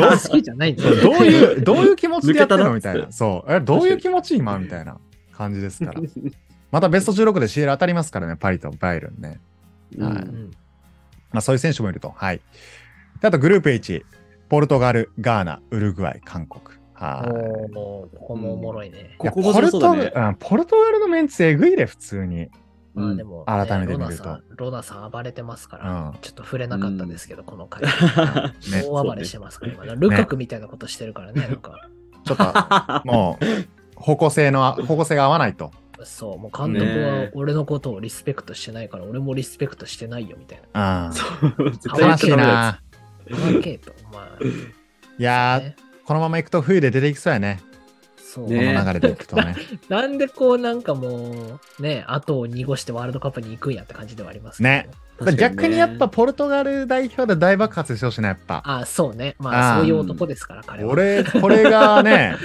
[SPEAKER 3] どう好きじゃないんだ
[SPEAKER 1] どう
[SPEAKER 3] よ。
[SPEAKER 1] いう、
[SPEAKER 2] [laughs]
[SPEAKER 1] どういう気持ちでやってるの
[SPEAKER 2] 抜
[SPEAKER 1] み
[SPEAKER 2] けた
[SPEAKER 1] た
[SPEAKER 2] ない
[SPEAKER 1] な。そう。え、どういう気持ち今みたいな感じですから。またベスト16で CL 当たりますからね、パリとバイエルンね。
[SPEAKER 2] う
[SPEAKER 1] はい
[SPEAKER 2] ん
[SPEAKER 1] まあ、そういう選手もいると。はい。であとグループ H、ポルトガル、ガーナ、ウルグアイ、韓国。はい。
[SPEAKER 3] おーもう、ここもおもろいね。
[SPEAKER 1] いや
[SPEAKER 2] ここもそうだ
[SPEAKER 1] ポル
[SPEAKER 2] ね
[SPEAKER 1] ト。ガルうんポルトガルのメンツえぐいで、普通に。
[SPEAKER 2] う
[SPEAKER 3] まあ
[SPEAKER 2] ん
[SPEAKER 3] でもね、
[SPEAKER 1] 改めて見ると
[SPEAKER 3] ロナさん。ロナさん暴れてますか
[SPEAKER 1] う
[SPEAKER 3] ら、
[SPEAKER 1] ん。
[SPEAKER 3] ちょっと触れなかったですけど、こ
[SPEAKER 1] [laughs]
[SPEAKER 3] の回。
[SPEAKER 1] ね、
[SPEAKER 3] 大暴れしてますから、今ルカクみたいなことしてるからね、なんか。
[SPEAKER 1] ちょっと、もう、方向性の、方向性が合わないと。
[SPEAKER 3] そう、もう監督
[SPEAKER 2] ね
[SPEAKER 3] は
[SPEAKER 2] え
[SPEAKER 3] 俺のことをリスペクトしてないから、俺もリスペクトしてないよ、みたいな。
[SPEAKER 1] うん。
[SPEAKER 2] [laughs] 絶対や
[SPEAKER 1] 悲
[SPEAKER 2] っち
[SPEAKER 1] し
[SPEAKER 2] ゃ
[SPEAKER 1] い
[SPEAKER 2] ダメだよ。
[SPEAKER 1] な。
[SPEAKER 3] [laughs] 細けえと、
[SPEAKER 1] い
[SPEAKER 3] まあ、
[SPEAKER 1] やー、
[SPEAKER 3] ね、
[SPEAKER 1] このまま行くと冬で出ていきそうやね。
[SPEAKER 3] そう、
[SPEAKER 1] こ
[SPEAKER 2] ねえ
[SPEAKER 1] の流れでいくとね。
[SPEAKER 3] なんでこう、なんかもう、ね、後を濁してワールドカップに行くんやって感じではありますけど
[SPEAKER 1] ね。逆にやっぱ、ポルトガル代表で大爆発してほしいな、やっぱ。
[SPEAKER 3] あそうね。ま
[SPEAKER 1] あ
[SPEAKER 3] あ、
[SPEAKER 1] ー
[SPEAKER 3] そういう男ですから、彼は。
[SPEAKER 1] 俺、これがね、 [laughs]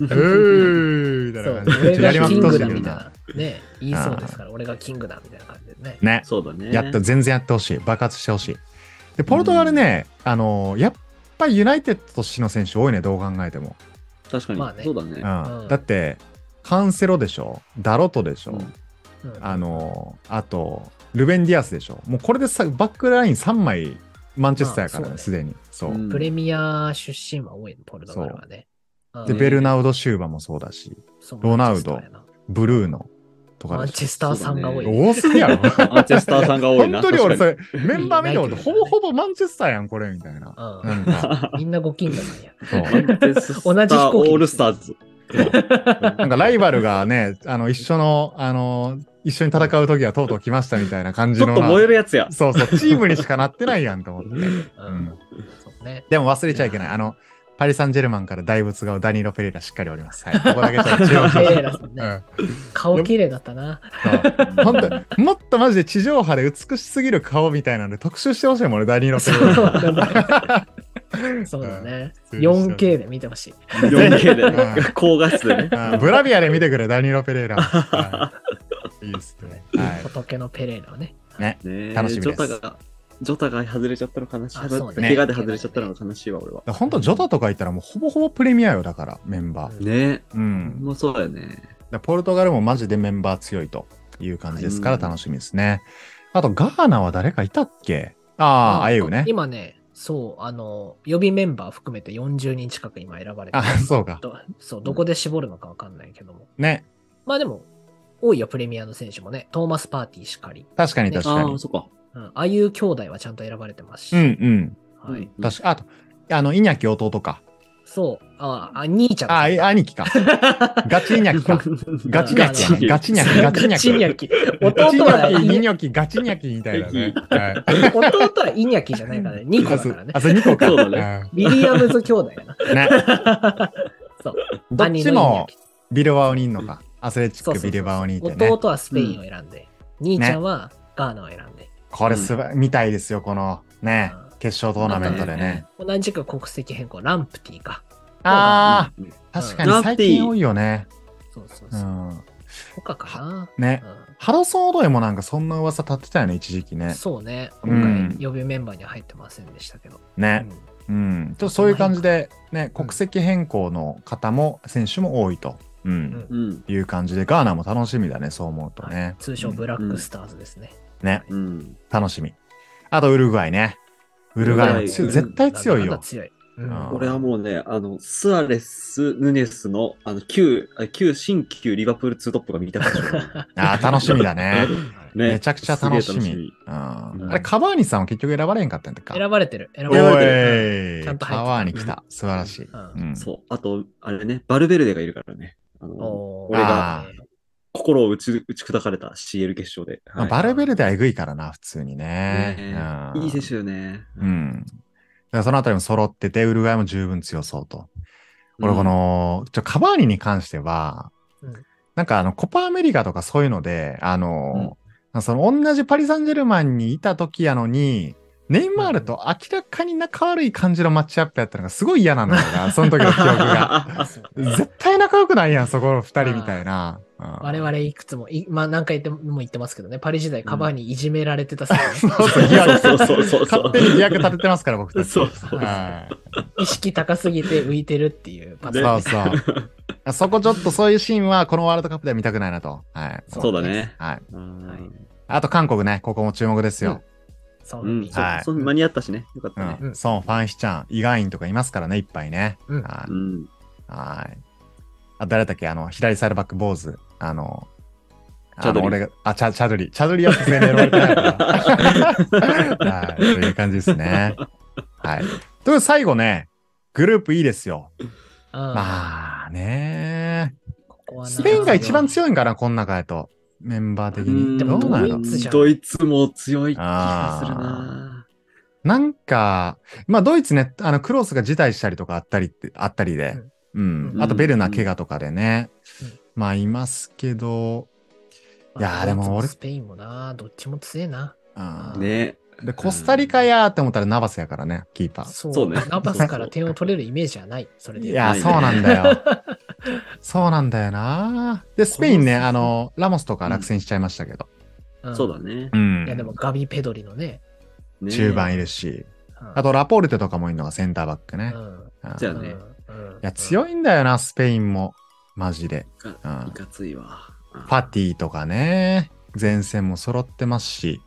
[SPEAKER 1] うーみたい
[SPEAKER 3] そ
[SPEAKER 1] な
[SPEAKER 3] う
[SPEAKER 1] 感じで、ちょ
[SPEAKER 3] 俺
[SPEAKER 1] っとやりま
[SPEAKER 3] が
[SPEAKER 1] く
[SPEAKER 3] キ
[SPEAKER 1] っ
[SPEAKER 3] ン
[SPEAKER 1] てほし
[SPEAKER 3] グ
[SPEAKER 1] いけ
[SPEAKER 3] だ
[SPEAKER 1] ど
[SPEAKER 3] みたい
[SPEAKER 1] な。
[SPEAKER 3] な。ね、言いそうですから、俺がキングだみたいな感じでね。
[SPEAKER 1] ね。
[SPEAKER 2] そうだね。
[SPEAKER 1] やっと全然やってほしい。爆発してほしい。で、ポルトガルね、あのーやっぱユナイテッドとしての選手多いね、どう考えても。
[SPEAKER 2] 確かに、
[SPEAKER 3] まあね
[SPEAKER 2] そうだ
[SPEAKER 1] う
[SPEAKER 2] ね。
[SPEAKER 1] ん
[SPEAKER 3] うん
[SPEAKER 1] だって、カンセロでしょ、ダロトでしょ、
[SPEAKER 2] うん
[SPEAKER 3] うん
[SPEAKER 1] あのーあと、ルベン・ディアスでしょ。もうこれでさバックライン3枚、マンチェスターやから
[SPEAKER 3] まあ
[SPEAKER 1] ね、
[SPEAKER 3] そ
[SPEAKER 1] す
[SPEAKER 3] う
[SPEAKER 1] でに。そうう。
[SPEAKER 2] ん
[SPEAKER 3] プレミア出身は多いの、ポルトガルはね。うん
[SPEAKER 1] で、ベルナウド・シューバもそうだし、
[SPEAKER 3] そう
[SPEAKER 1] ロナウド
[SPEAKER 3] マンチェスターやな
[SPEAKER 1] ブルーノとか
[SPEAKER 3] マン
[SPEAKER 1] でし
[SPEAKER 3] チェスターさんが多い
[SPEAKER 1] ょ。
[SPEAKER 3] ね。
[SPEAKER 1] 多すぎやろ。
[SPEAKER 2] マンチェスターさんが多い
[SPEAKER 1] 本
[SPEAKER 2] な。
[SPEAKER 1] 当に俺そ
[SPEAKER 2] 確
[SPEAKER 1] れ、メンバー見ても
[SPEAKER 3] ユナイテッドだね
[SPEAKER 1] ほぼほぼマンチェスターやん、これ、みたいな。
[SPEAKER 3] う
[SPEAKER 1] なん
[SPEAKER 3] ん
[SPEAKER 1] か、
[SPEAKER 3] みんなご近所なんや。
[SPEAKER 1] そう。
[SPEAKER 2] かにマンチェスター
[SPEAKER 3] 同じ飛行機
[SPEAKER 2] オールスターズ。
[SPEAKER 1] なんかライバルがね、あの一緒のあの一緒に戦う時はとうとう来ましたみたいな感
[SPEAKER 2] ち
[SPEAKER 1] じ
[SPEAKER 2] ょ
[SPEAKER 1] の
[SPEAKER 2] っと
[SPEAKER 1] な。
[SPEAKER 2] 燃えるやつや。
[SPEAKER 1] そうそう、チームにしかなってないやんと思って。
[SPEAKER 3] う
[SPEAKER 1] うん
[SPEAKER 3] ん。そうね。
[SPEAKER 1] でも忘れちゃいけない。あの、パリ・サンジェルマンからだいぶ違うダニーロ・フェレイラしっかりおります。はい。ここだけちょっと注目
[SPEAKER 3] フェレイ
[SPEAKER 1] して。
[SPEAKER 3] ラさん
[SPEAKER 1] う
[SPEAKER 3] ね
[SPEAKER 1] ん、
[SPEAKER 3] 顔綺麗だったな。
[SPEAKER 1] そう本当もっとマジで地上波で美しすぎる顔みたいなので特集してほしいもんね、ダニーロ・フ
[SPEAKER 3] そう
[SPEAKER 1] ェレイラ。
[SPEAKER 3] だね。そうだね。
[SPEAKER 1] うん
[SPEAKER 3] 4K で見てほしい。
[SPEAKER 2] 4K で
[SPEAKER 1] う
[SPEAKER 2] ね
[SPEAKER 1] ん。
[SPEAKER 2] 高画質でね。
[SPEAKER 1] あブラビアで見てくれ、ダニーロ・フェ [laughs] レイラ。はいいいですね。はい
[SPEAKER 3] 仏のペレーラをね。
[SPEAKER 2] ねえ
[SPEAKER 1] 楽しみです
[SPEAKER 2] ジョタが、ジョタが外れちゃったの悲しい。
[SPEAKER 3] あそう
[SPEAKER 1] ね
[SPEAKER 2] 怪我で外れちゃったのが悲しいわ、俺は。
[SPEAKER 1] だから本当ジョタとか言ったらもうほぼほぼプレミアよだからメンバー。
[SPEAKER 2] ね
[SPEAKER 1] う
[SPEAKER 2] え。
[SPEAKER 1] ん。
[SPEAKER 2] もうそうだよね。
[SPEAKER 1] でポルトガルもマジでメンバー強いという感じですから
[SPEAKER 2] はい
[SPEAKER 1] 楽しみですね。あと、ガーナは誰かいたっけああ、あゆうね。
[SPEAKER 3] 今ね、そう、あの、予備メンバー含めて40人近く今選ばれて
[SPEAKER 1] あ
[SPEAKER 3] る、
[SPEAKER 1] そうか。
[SPEAKER 3] どそう、どこで絞るのかわかんないけども。
[SPEAKER 1] ね。
[SPEAKER 3] まあでも、多いよ、プレミアの選手もね。トーマス・パーティーしかり。
[SPEAKER 1] 確かに確か
[SPEAKER 2] あ
[SPEAKER 1] に
[SPEAKER 2] あ、。そっか。
[SPEAKER 3] うん、ああいう兄弟はちゃんと選ばれてますし。
[SPEAKER 1] うんうん。
[SPEAKER 3] は
[SPEAKER 2] う
[SPEAKER 3] い
[SPEAKER 2] ん。
[SPEAKER 1] 確かあと、あの、イニャキ弟か。
[SPEAKER 3] そう、あ、あ兄ちゃん。
[SPEAKER 1] あ、い兄貴か。ガチイニャ [laughs] キか。ガチガチやね。ガチニャキ、ガチニャキ。
[SPEAKER 3] ニ
[SPEAKER 1] ガ
[SPEAKER 3] ャ
[SPEAKER 1] チ
[SPEAKER 3] キ。
[SPEAKER 1] ニ
[SPEAKER 3] 弟は
[SPEAKER 1] ャキ、ニ
[SPEAKER 3] イニ
[SPEAKER 1] ニョキ、ガチニャキみたいなね。はい
[SPEAKER 3] [laughs] 弟はイニャキじゃないからね。2個だからね
[SPEAKER 1] あ、。そう、2個か。
[SPEAKER 2] そうだ
[SPEAKER 1] うん
[SPEAKER 3] ウィリアムズ兄
[SPEAKER 1] [laughs]
[SPEAKER 3] 弟だな。
[SPEAKER 1] ね。
[SPEAKER 3] [laughs] そう。
[SPEAKER 1] どっ
[SPEAKER 3] 兄
[SPEAKER 1] ち
[SPEAKER 3] のイニャ
[SPEAKER 1] も
[SPEAKER 3] キ
[SPEAKER 1] ビルバオにいんのか。アスレチッ
[SPEAKER 3] そう
[SPEAKER 1] ク
[SPEAKER 3] そうそう
[SPEAKER 1] ビルバオにいてね。
[SPEAKER 3] 弟はスペインを選んで、兄ちゃんはガーナを選んで。
[SPEAKER 1] これすば、見たいですよ、このね、決勝トーナメントでね。
[SPEAKER 3] 同じく国籍変更、ランプティか。
[SPEAKER 1] あ
[SPEAKER 2] うん
[SPEAKER 1] あ、確かに最近多いよね。
[SPEAKER 3] そうそう
[SPEAKER 1] う
[SPEAKER 3] そう。
[SPEAKER 1] ん。
[SPEAKER 3] 他かな。
[SPEAKER 1] ね。ハロソン・オドエもなんかそんな噂立ってたよね、一時期
[SPEAKER 3] うん
[SPEAKER 1] ね。
[SPEAKER 3] そうね。
[SPEAKER 1] うん
[SPEAKER 3] 今回予備メンバーには入ってませんでしたけど。
[SPEAKER 1] ね。
[SPEAKER 3] うん
[SPEAKER 1] うん。ちょっとそういう感じで、ね、国籍変更の方も、選手も多いと。う
[SPEAKER 3] うんん。
[SPEAKER 2] うん。
[SPEAKER 1] いう感じで、ガーナも楽しみだね、そう思うと
[SPEAKER 3] は
[SPEAKER 1] ね
[SPEAKER 3] い。通称ブラックスターズですね。
[SPEAKER 1] ね、
[SPEAKER 2] うん。
[SPEAKER 1] 楽しみ。あと、ウルグアイね。ウルグアイも強い
[SPEAKER 2] ウルグアイ
[SPEAKER 1] 絶対強い
[SPEAKER 3] まだ
[SPEAKER 1] よ。
[SPEAKER 3] 強い。
[SPEAKER 1] うん
[SPEAKER 2] 俺はもうね、あの、スアレス・ヌネスの、あの、旧、あ旧新旧リバプール2トップが見たくてしょうがない。
[SPEAKER 1] ああ、楽しみだね。
[SPEAKER 2] ね
[SPEAKER 1] [laughs] めちゃくちゃ楽しみ
[SPEAKER 2] す
[SPEAKER 1] う
[SPEAKER 2] げえ
[SPEAKER 1] ん
[SPEAKER 2] うん
[SPEAKER 1] あれ、カバーニさんは結局選ばれんかったんだか。
[SPEAKER 3] 選ばれてる。選
[SPEAKER 1] お
[SPEAKER 3] ば
[SPEAKER 1] い
[SPEAKER 3] れてる。ちゃんと入ってた
[SPEAKER 1] カバーニ来た。素晴らしい。
[SPEAKER 3] うん
[SPEAKER 1] うん
[SPEAKER 2] そう。あと、あれね、バルベルデがいるからね。あ
[SPEAKER 3] うん
[SPEAKER 2] の
[SPEAKER 3] おー
[SPEAKER 2] 俺
[SPEAKER 1] が
[SPEAKER 3] あー
[SPEAKER 2] 心を打ち打ち砕かれた CL 決勝で。
[SPEAKER 1] ま
[SPEAKER 2] は
[SPEAKER 1] あ
[SPEAKER 2] い
[SPEAKER 1] バルベルデはえぐいからな、普通にね。
[SPEAKER 2] ね
[SPEAKER 1] うん
[SPEAKER 2] いい選手よね。
[SPEAKER 1] うん。だからそのあたりも揃ってて、ウルグアイも十分強そうと。俺、この、ちょ、カバーニに関しては
[SPEAKER 3] うん、
[SPEAKER 1] なんかあの、コパアメリカとかそういうので、あの、その同じパリ・サンジェルマンにいた時やのに、ネイマールと明らかに仲悪い感じのマッチアップやったのがすごい嫌なん
[SPEAKER 2] [laughs]
[SPEAKER 1] だよな、その時の記憶が。
[SPEAKER 3] あそう
[SPEAKER 1] 絶対仲良くないやん、そこの二人みたいな。
[SPEAKER 3] 我々いくつも、いまあ何回言っても言ってますけどね、パリ時代カバーにいじめられ
[SPEAKER 1] [laughs]
[SPEAKER 3] てたせいで
[SPEAKER 1] そうそう、疑惑
[SPEAKER 2] そうそうそうそう
[SPEAKER 1] 勝手に疑惑立ててますから、僕たち。
[SPEAKER 2] [laughs] そうそうそう
[SPEAKER 1] はい
[SPEAKER 3] 意識高すぎて浮いてるっていうパター
[SPEAKER 1] そ
[SPEAKER 3] ン
[SPEAKER 1] うそう。そこちょっとそういうシーンは、このワールドカップでは見たくないなと。はい。
[SPEAKER 2] そうだね。
[SPEAKER 1] はい。
[SPEAKER 2] うん
[SPEAKER 3] はい
[SPEAKER 1] あと、韓国ね、ここも注目ですよ。
[SPEAKER 3] そううなんで
[SPEAKER 2] ん、
[SPEAKER 3] す
[SPEAKER 2] そ
[SPEAKER 1] は
[SPEAKER 2] う
[SPEAKER 1] い
[SPEAKER 2] そう間に合ったしね。よかっ
[SPEAKER 1] う
[SPEAKER 2] たね。
[SPEAKER 1] ん。ソン・ファンヒちゃん、イガインとかいますからね、いっぱいね。
[SPEAKER 3] うん
[SPEAKER 1] は
[SPEAKER 2] う
[SPEAKER 1] い。
[SPEAKER 2] ん。
[SPEAKER 1] はい。あ、誰だっけあの、左サイドバック坊主。あの、あ
[SPEAKER 2] チャド
[SPEAKER 1] の
[SPEAKER 2] リ
[SPEAKER 1] 俺が、あ、チャチャドリ。チャドリは全然選ばれてない
[SPEAKER 3] [laughs]
[SPEAKER 1] から。はい、という感じですね。はい。ということで最後ね、グループいいですよ。
[SPEAKER 3] うん
[SPEAKER 1] まあね、
[SPEAKER 3] ここはな
[SPEAKER 1] スペインが一番強いんかな、この中やと。メンバー的に。
[SPEAKER 3] で
[SPEAKER 1] ど
[SPEAKER 3] も
[SPEAKER 1] うなんやろ
[SPEAKER 3] ドイ。ツじゃん
[SPEAKER 2] ドイツも強い気がするな。
[SPEAKER 1] なんか、まあドイツね、あの、クロスが辞退したりとかあったりって、あったりで。うん。
[SPEAKER 3] うん
[SPEAKER 1] あとベルナ怪我とかでね。
[SPEAKER 3] うん
[SPEAKER 1] まあいますけど、いやーでも俺
[SPEAKER 3] スペインもな、どっちも強えな。
[SPEAKER 1] うん
[SPEAKER 2] ね。
[SPEAKER 1] で、コスタリカやーって思ったらナバスやからね、キーパー。
[SPEAKER 3] そう
[SPEAKER 2] そうね
[SPEAKER 3] ナバスから点を取れるイメージはない。それで。
[SPEAKER 1] いやー、
[SPEAKER 2] ないね
[SPEAKER 1] そうなんだよ。そうなんだよな。で、スペインね、あの、ラモスとか落選しちゃいましたけど。
[SPEAKER 3] うん
[SPEAKER 2] そうだね
[SPEAKER 1] う。ん
[SPEAKER 3] いや、でもガビ・ペドリのね。
[SPEAKER 2] ね
[SPEAKER 1] 中盤いるし、
[SPEAKER 3] あ
[SPEAKER 1] あ、とラポルテとかもいるのがセンターバック
[SPEAKER 3] う
[SPEAKER 1] ね。
[SPEAKER 3] ん。
[SPEAKER 1] うん
[SPEAKER 2] そう
[SPEAKER 1] い
[SPEAKER 2] だね
[SPEAKER 3] うん。
[SPEAKER 1] や、強いんだよな、スペインも。マジで。
[SPEAKER 2] が
[SPEAKER 1] うん
[SPEAKER 2] いかついわ。
[SPEAKER 1] ファティとかね、前線も揃ってますし。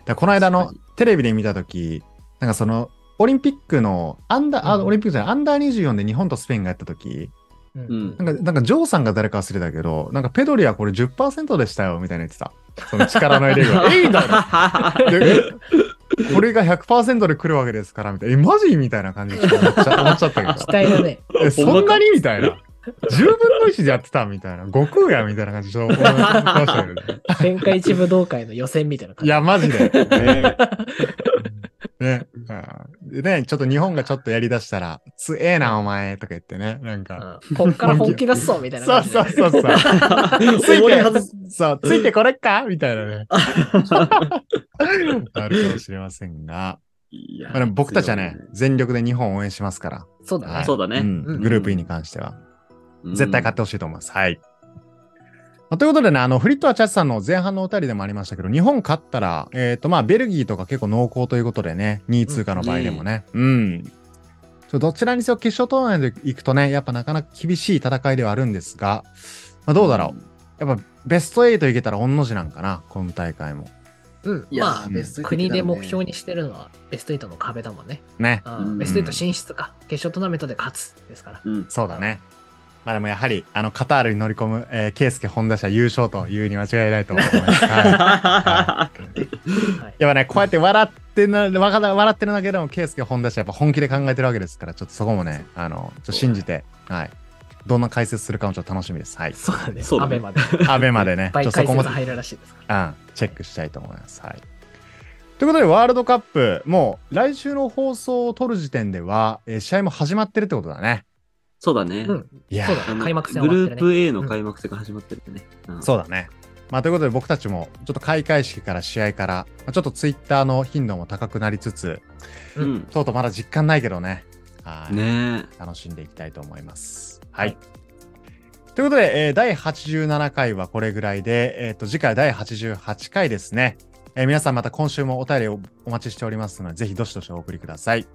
[SPEAKER 1] だからこの間の
[SPEAKER 2] 確か
[SPEAKER 1] テレビで見たとき、なんかその、オリンピックの、アンダー、あ、
[SPEAKER 3] うん
[SPEAKER 1] オリンピックじゃない、アンダー24で日本とスペインがやったとき、
[SPEAKER 3] うん。う
[SPEAKER 2] うんん
[SPEAKER 1] なんか、なんか、ジョーさんが誰か忘れたけど、なんか、ペドリはこれ10%でしたよ、みたいな言ってた。その力の入れ具
[SPEAKER 2] [laughs]
[SPEAKER 1] 合。えいだ
[SPEAKER 2] だ
[SPEAKER 1] でこれが100%で来るわけ [laughs] ですから、みたいな。え、マジみたいな感じでちょっと思っちゃ思っちゃったけ
[SPEAKER 3] 期待だね。
[SPEAKER 1] ど。え、そんなにみたいな。 10分の1でやってたみたいな。悟空やみたいな感じでちょっと思いましたけど
[SPEAKER 3] [laughs]
[SPEAKER 1] ね。
[SPEAKER 3] 天下一武道会の予選みたいな
[SPEAKER 1] い
[SPEAKER 3] 感じ。
[SPEAKER 1] や、マジで。
[SPEAKER 2] ね
[SPEAKER 1] ね。うんでね、ちょっと日本がちょっとやりだしたら、つええな、お前、とか言ってね。なんか。
[SPEAKER 3] うんこっから本気出すぞみたいな
[SPEAKER 1] そう
[SPEAKER 3] 感じで。
[SPEAKER 1] そうそうそう。つ
[SPEAKER 2] 重り
[SPEAKER 1] い
[SPEAKER 2] 外
[SPEAKER 1] て
[SPEAKER 2] す、
[SPEAKER 1] そう、ついてこれっかみたいなね。あるかもしれませんが。
[SPEAKER 2] いや
[SPEAKER 1] まあ、でも僕たちはね、全力で日本を応援しますから。
[SPEAKER 3] そうだね。
[SPEAKER 1] はい
[SPEAKER 2] そうだね
[SPEAKER 1] うん
[SPEAKER 3] うん
[SPEAKER 1] グループ E に関しては。
[SPEAKER 2] うん
[SPEAKER 1] 絶対買ってほしいと思います。はい。まあということでね、あの、フリットはチャスさんの前半のお便りでもありましたけど、日本勝ったら、えっ、と、まあ、ベルギーとか結構濃厚ということでね、2位通過の場合でもね、うん。ちょどちらにせよ決勝トーナメント行くとね、やっぱなかなか厳しい戦いではあるんですが、まあ、どうだろう。やっぱベスト8いけたら御の字なんかな、今大会も。
[SPEAKER 3] うん。
[SPEAKER 2] いや
[SPEAKER 3] まあ、
[SPEAKER 1] うん
[SPEAKER 2] ベスト8
[SPEAKER 3] 国で目標
[SPEAKER 2] に。
[SPEAKER 3] にしてるのはベスト8の壁だもんね。
[SPEAKER 1] ね。
[SPEAKER 3] うん
[SPEAKER 2] うん
[SPEAKER 3] ベスト8進出か。決勝トーナメントで勝つですから。
[SPEAKER 2] うん。
[SPEAKER 1] そうだね。まあでもやはり、あの、カタールに乗り込む、えー、ケイスケ・ホンダ社優勝というに間違いないと思います。はい。
[SPEAKER 3] はい、。
[SPEAKER 1] やっぱね、こうやって笑ってな、わか笑ってるだけでも、ケイスケ本出しはやっぱ本気で考えてるわけですから、ちょっとそこもね、あの、ちょっと信じて、はい。どんな解説するかもちょっと楽しみです。はい
[SPEAKER 3] そうだ
[SPEAKER 2] [laughs]
[SPEAKER 3] ね。
[SPEAKER 2] そうだ
[SPEAKER 3] ア
[SPEAKER 2] ね
[SPEAKER 3] ベまで。
[SPEAKER 1] アベまでね、ちょっ
[SPEAKER 3] 倍
[SPEAKER 1] とそ
[SPEAKER 3] 解
[SPEAKER 1] こ
[SPEAKER 3] 説
[SPEAKER 1] も、
[SPEAKER 3] が
[SPEAKER 1] うん、
[SPEAKER 3] 入るらしいですから。
[SPEAKER 1] チェックしたいと思います。はい。ということで、ワールドカップ、もう来週の放送を撮る時点では、えー試合も始まってるってことだね。
[SPEAKER 2] [laughs] そうだね
[SPEAKER 3] う。ん。
[SPEAKER 1] いやー
[SPEAKER 3] そうだね
[SPEAKER 2] あの
[SPEAKER 3] 開幕戦
[SPEAKER 2] グ
[SPEAKER 3] 終わっ
[SPEAKER 2] ル
[SPEAKER 3] てる
[SPEAKER 2] ー
[SPEAKER 3] ね
[SPEAKER 2] プ A の開幕戦が始まってるね。うん
[SPEAKER 1] そうだね。まあ、ということで僕たちもちょっと開会式から試合から、まあちょっとツイッターの頻度も高くなりつつ、
[SPEAKER 2] う。
[SPEAKER 3] うん
[SPEAKER 1] とうとうまだ実感ないけどね。はい。
[SPEAKER 2] ね
[SPEAKER 1] 楽しんでいきたいと思います。はい。ということで、えー第87回はこれぐらいで、えー、と次回第88回ですね、えー皆さんまた今週もお便りをお待ちしておりますので、ぜひどしどしお送りください。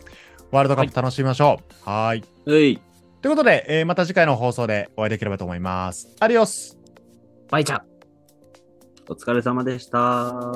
[SPEAKER 1] ワールドカップ楽しみましょう。はーい。
[SPEAKER 2] え。うい。
[SPEAKER 1] ということで、えーまた次回の放送でお会いできればと思います。アディオス
[SPEAKER 3] バイちゃん。
[SPEAKER 2] お疲れ様でした。